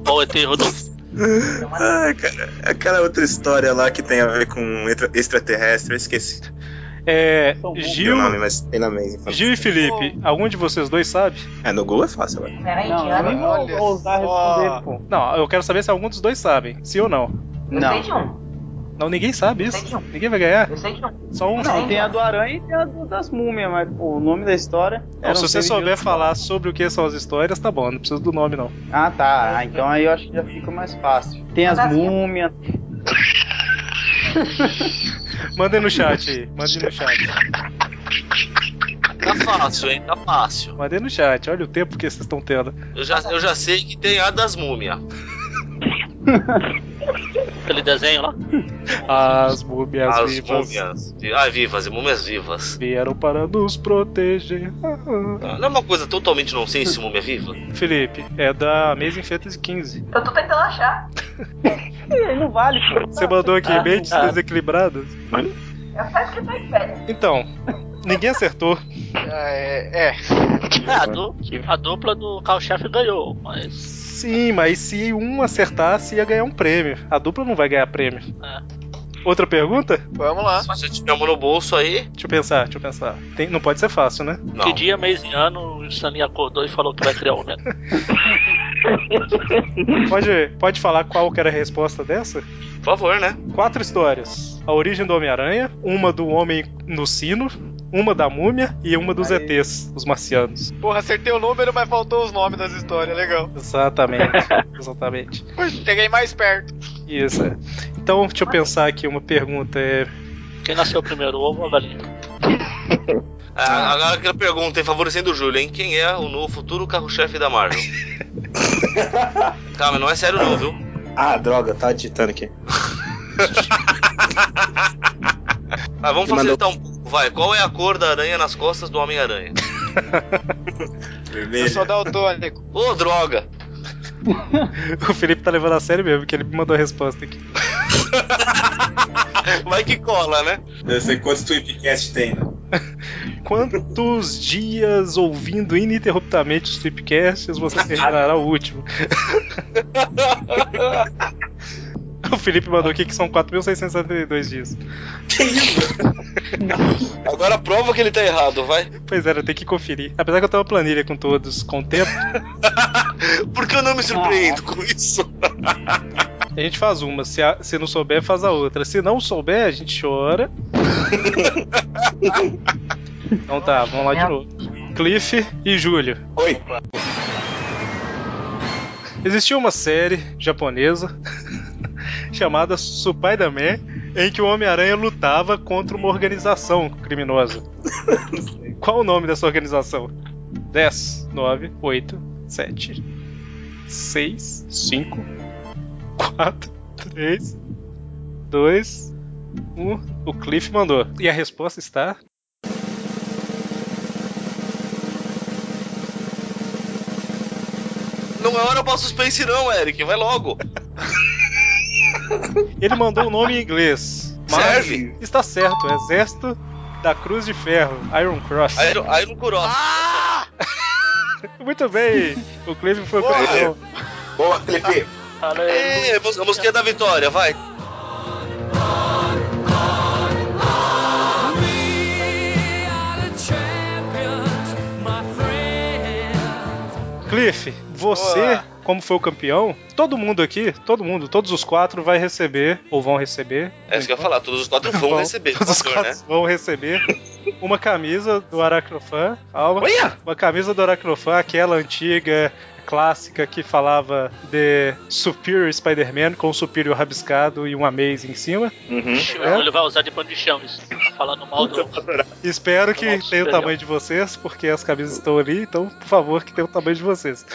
[SPEAKER 8] Ou ET Rodolfo?
[SPEAKER 10] Ah, cara, aquela outra história lá que tem a ver com extra- extraterrestre, eu esqueci.
[SPEAKER 4] É.
[SPEAKER 10] o
[SPEAKER 4] Gil,
[SPEAKER 10] nome, mas tem na mesa.
[SPEAKER 4] Gil e Felipe, algum de vocês dois sabe?
[SPEAKER 10] É, no Google é fácil agora.
[SPEAKER 6] Peraí,
[SPEAKER 7] Não, eu nem vou ousar responder, pô.
[SPEAKER 4] Não, eu quero saber se algum dos dois sabem, sim ou não.
[SPEAKER 7] Eu Não. sei de
[SPEAKER 4] Não, ninguém sabe isso. Ninguém vai ganhar.
[SPEAKER 6] um. Eu sei de um.
[SPEAKER 4] Só um.
[SPEAKER 7] Não, tem a do aranha e tem a do- das múmias, mas pô, o nome da história. um
[SPEAKER 4] Não, se você souber falar sobre o que são as histórias, tá bom, não precisa do nome não.
[SPEAKER 7] Ah, tá. Ah, então aí eu acho que já fica mais fácil. Tem as múmias. (laughs)
[SPEAKER 4] Mandem no chat aí, mandem no chat.
[SPEAKER 9] Tá fácil, hein? Tá fácil.
[SPEAKER 4] Mandei no chat, olha o tempo que vocês estão tendo.
[SPEAKER 9] Eu já, eu já sei que tem a das múmias.
[SPEAKER 8] Aquele desenho lá?
[SPEAKER 4] As múmias
[SPEAKER 9] As
[SPEAKER 4] vivas
[SPEAKER 9] múmias. Ah, vivas, e múmias vivas.
[SPEAKER 4] vieram para nos proteger. Ah,
[SPEAKER 9] Não é uma coisa totalmente nonsense se múmia é viva?
[SPEAKER 4] ah. Felipe, é da Amazing Fantasy XV.
[SPEAKER 6] Eu tô tentando achar.
[SPEAKER 7] não vale,
[SPEAKER 4] Você mandou aqui bem desequilibrado?
[SPEAKER 6] Eu acho É que eu tô em férias.
[SPEAKER 4] Então, ninguém acertou.
[SPEAKER 5] É.
[SPEAKER 8] É, a, du- a dupla do Carl Chef ganhou, mas.
[SPEAKER 4] Sim, mas se um acertasse, ia ganhar um prêmio. A dupla não vai ganhar prêmio. Outra pergunta?
[SPEAKER 5] Vamos lá.
[SPEAKER 9] Se
[SPEAKER 4] Uhum.
[SPEAKER 9] você tiver uma no bolso aí.
[SPEAKER 4] Deixa eu pensar, deixa eu pensar. Tem- não pode ser fácil, né?
[SPEAKER 8] Que dia, mês e ano o Stanley acordou e falou que vai criar um homem?
[SPEAKER 4] Pode, pode falar qual que era a resposta dessa?
[SPEAKER 9] Por favor, né?
[SPEAKER 4] Quatro histórias: A origem do Homem-Aranha, uma do Homem no Sino, uma da Múmia e uma dos ETs, os marcianos.
[SPEAKER 5] Porra, acertei o número, mas faltou os nomes das histórias. Legal.
[SPEAKER 4] Exatamente, (laughs) exatamente.
[SPEAKER 5] Ui, Cheguei mais perto.
[SPEAKER 4] Isso. é. Então, deixa eu pensar aqui uma pergunta. É, (laughs)
[SPEAKER 8] Quem nasceu primeiro, o ovo ou a galinha?
[SPEAKER 9] Ah, agora aquela pergunta, hein, favorecendo o Júlio, hein? Quem é o novo futuro carro-chefe da
[SPEAKER 4] (laughs)
[SPEAKER 9] Marvel? Calma, não é sério não, viu?
[SPEAKER 10] Ah, droga, tá digitando aqui.
[SPEAKER 9] Ah, vamos
[SPEAKER 10] Ele mandou-
[SPEAKER 9] facilitar um pouco, vai. Qual é a cor da aranha nas costas do Homem-Aranha?
[SPEAKER 5] Eu sou daltônico.
[SPEAKER 9] Ô, droga!
[SPEAKER 4] o Felipe tá levando a sério mesmo, que ele me mandou a resposta aqui.
[SPEAKER 9] Vai que cola, né?
[SPEAKER 10] Eu sei quantos tweetcast tem, né?
[SPEAKER 4] Quantos dias ouvindo ininterruptamente os tripcasts você terminará o último? (laughs) o Felipe mandou aqui que são 4.672 dias.
[SPEAKER 9] Agora prova que ele tá errado, vai.
[SPEAKER 4] Pois é, eu tenho que conferir. Apesar que eu tenho uma planilha com todos, com o tempo,
[SPEAKER 9] Porque eu não me surpreendo com isso.
[SPEAKER 4] a gente faz uma. Se, a- se não souber, faz a outra. Se não souber, a gente chora. então tá, vamos lá de novo. Cliff e Júlio.
[SPEAKER 10] Oi.
[SPEAKER 4] Existia uma série japonesa (laughs) chamada Supaidaman, em que o Homem-Aranha lutava contra uma organização criminosa. Qual o nome dessa organização? 10, 9, 8, 7, 6, 5, 4, 3, 2, 1. O Cliff mandou. E a resposta está.
[SPEAKER 9] Não é hora pra suspense não, Eric. Vai logo.
[SPEAKER 4] Ele mandou o nome em inglês. Mas
[SPEAKER 9] Serve.
[SPEAKER 4] Está certo, Exército da Cruz de Ferro, Iron Cross.
[SPEAKER 9] Aí, aí não curou.
[SPEAKER 4] Muito bem, o Cleveland foi
[SPEAKER 10] Boa.
[SPEAKER 4] campeão.
[SPEAKER 10] Boa, Felipe.
[SPEAKER 9] É, a música- a música da Vitória, vai.
[SPEAKER 4] Cliff, você, como foi o campeão, todo mundo aqui, todo mundo, todos os quatro vai receber, ou vão receber,
[SPEAKER 9] É isso que eu ia falar, todos os quatro vão receber, por
[SPEAKER 4] todos os
[SPEAKER 9] favor,
[SPEAKER 4] quatro
[SPEAKER 9] né?
[SPEAKER 4] vão receber uma camisa do Aracnofan. Calma. Uma camisa do Aracnofan, aquela antiga, clássica, que falava de Superior Spider-Man com o Superior rabiscado e um Amazing em cima.
[SPEAKER 8] Ixi, O
[SPEAKER 4] É?
[SPEAKER 8] Júlio vai usar de pano de chão isso. Tá Falando mal do.
[SPEAKER 4] Espero que
[SPEAKER 8] Nossa,
[SPEAKER 4] tenha o
[SPEAKER 8] legal.
[SPEAKER 4] tamanho de vocês, porque as camisas estão ali, então, por favor, que tenha o tamanho de vocês.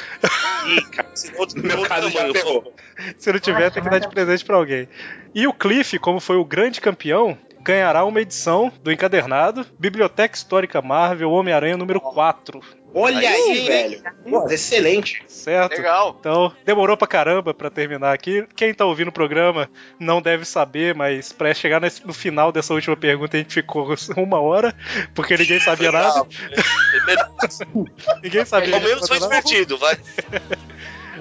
[SPEAKER 9] No meu caso já ferrou.
[SPEAKER 4] Se não tiver, tem que dar de presente pra alguém. E o Cliff, como foi o grande campeão, ganhará uma edição do encadernado Biblioteca Histórica Marvel Homem-Aranha número 4.
[SPEAKER 10] Olha aí, velho. Pô, excelente.
[SPEAKER 4] Certo?
[SPEAKER 5] Legal.
[SPEAKER 4] Então, demorou pra caramba pra terminar aqui. Quem tá ouvindo o programa não deve saber, mas pra chegar nesse- no final dessa última pergunta, a gente ficou (laughs) uma hora, porque ninguém sabia nada. ninguém sabia.
[SPEAKER 9] Ao menos foi
[SPEAKER 4] nada.
[SPEAKER 9] divertido, vai.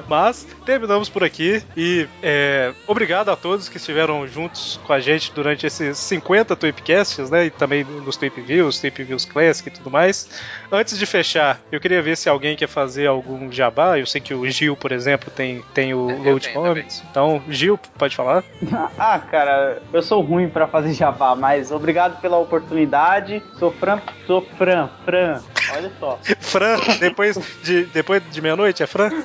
[SPEAKER 4] Mas terminamos por aqui e é, obrigado a todos que estiveram juntos com a gente durante esses 50 Tweepcasts, né? E também nos Tweep Views, Tweep Views Classic e tudo mais. Antes de fechar, eu queria ver se alguém quer fazer algum jabá. Eu sei que o Gil, por exemplo, tem, tem o Load Comics. Então, Gil, pode falar? (laughs)
[SPEAKER 7] Ah, cara, eu sou ruim pra fazer jabá, mas obrigado pela oportunidade. Sou Fran, sou Fran, Fran. Olha só.
[SPEAKER 4] Fran, depois de, depois de meia-noite, é Fran?
[SPEAKER 7] (laughs)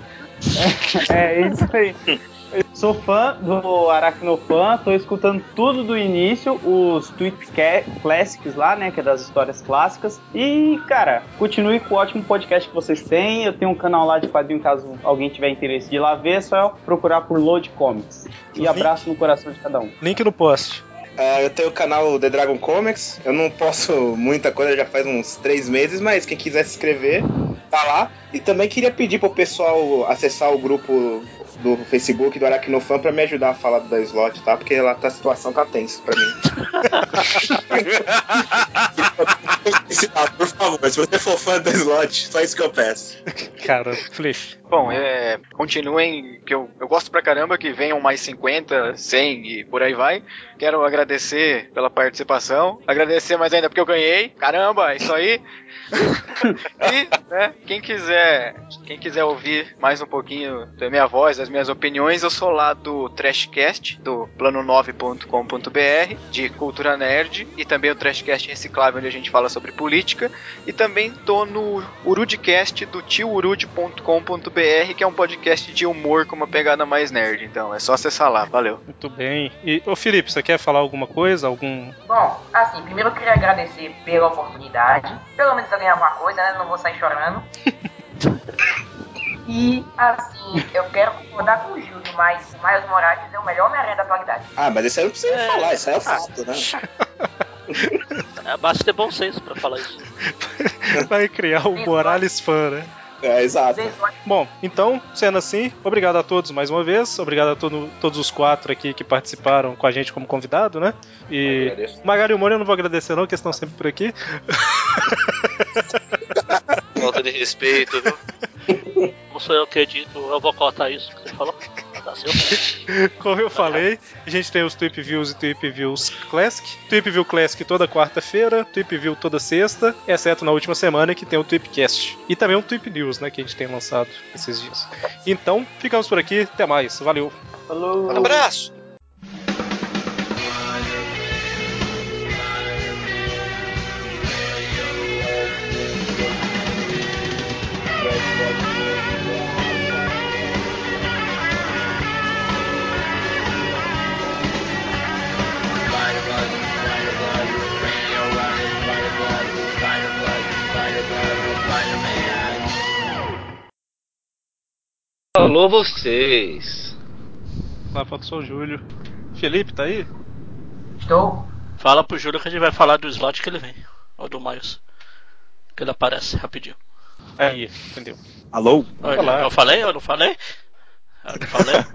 [SPEAKER 7] É isso aí. Eu Sou fã do Aracnofan, tô escutando tudo do início, os tweet ca- classics lá, né, que é das histórias clássicas. E, cara, continue com o ótimo podcast que vocês têm. Eu tenho um canal lá de quadrinho, caso alguém tiver interesse de ir lá ver, é só procurar por Load Comics. E abraço no coração de cada um.
[SPEAKER 4] Link no post.
[SPEAKER 10] Ah, eu tenho o canal The Dragon Comics. Eu não posso muita coisa, já faz uns três meses, mas quem quiser se inscrever, tá lá. E também queria pedir pro pessoal acessar o grupo do Facebook do Aracnofan pra me ajudar a falar da slot, tá? Porque ela, tá- a situação tá tensa (laughs) pra mim. Ah, Por favor, se você for fã da slot, só isso que eu peço.
[SPEAKER 4] Cara, Cliff.
[SPEAKER 5] Bom, é, continuem, que eu, eu gosto pra caramba que venham mais 50, 100 e por aí vai. Quero agradecer pela participação, agradecer mais ainda porque eu ganhei. Caramba, é isso aí. e, né, quem quiser, quem quiser ouvir mais um pouquinho da minha voz, das minhas opiniões, eu sou lá do Trashcast, do plano9.com.br, de Cultura Nerd, e também o Trashcast Reciclável, onde a gente fala sobre política. E também tô no Urudcast do tiourud.com.br, que é um podcast de humor com uma pegada mais nerd. Então é só acessar lá. Valeu.
[SPEAKER 4] Muito bem. E, ô Felipe, você quer falar alguma coisa? Algum. (laughs)
[SPEAKER 6] Bom, assim, primeiro eu queria agradecer pela oportunidade. Pelo menos eu ganhei alguma coisa, né? Não vou sair chorando. E, assim, eu quero concordar com o Júlio, mas o Miles Morales é o melhor Homem-Aranha da atualidade.
[SPEAKER 10] Ah, mas isso aí não precisa falar, isso aí é fato, né?
[SPEAKER 8] É, basta ter bom senso pra falar isso.
[SPEAKER 4] Vai criar o Morales fã, né?
[SPEAKER 10] É, exato.
[SPEAKER 4] Bom, então, sendo assim, obrigado a todos mais uma vez. Obrigado a todo- todos os quatro aqui que participaram com a gente como convidado, né? E Magari e o Moro eu não vou agradecer, não, que eles estão sempre por aqui. (laughs)
[SPEAKER 9] Falta de respeito, viu?
[SPEAKER 8] Não sou eu que edito, eu vou cortar isso que você falou. Tá seu.
[SPEAKER 4] Como eu falei, a gente tem os Tweep Views e Tweep Views Classic. Tweep View Classic toda quarta-feira, Tweep View toda sexta, exceto na última semana que tem o Tweepcast. E também um Tweep News, né, que a gente tem lançado esses dias. Então, ficamos por aqui, até mais, valeu.
[SPEAKER 7] Falou.
[SPEAKER 9] Abraço. Alô, vocês.
[SPEAKER 4] Lá falta só o Júlio. Felipe, tá aí?
[SPEAKER 6] Estou.
[SPEAKER 8] Fala pro Júlio que a gente vai falar do slot que ele vem. Ou do Miles. Que ele aparece rapidinho.
[SPEAKER 4] Aí, entendeu.
[SPEAKER 13] Alô?
[SPEAKER 8] Olha, Eu falei? Eu não falei? Eu não falei?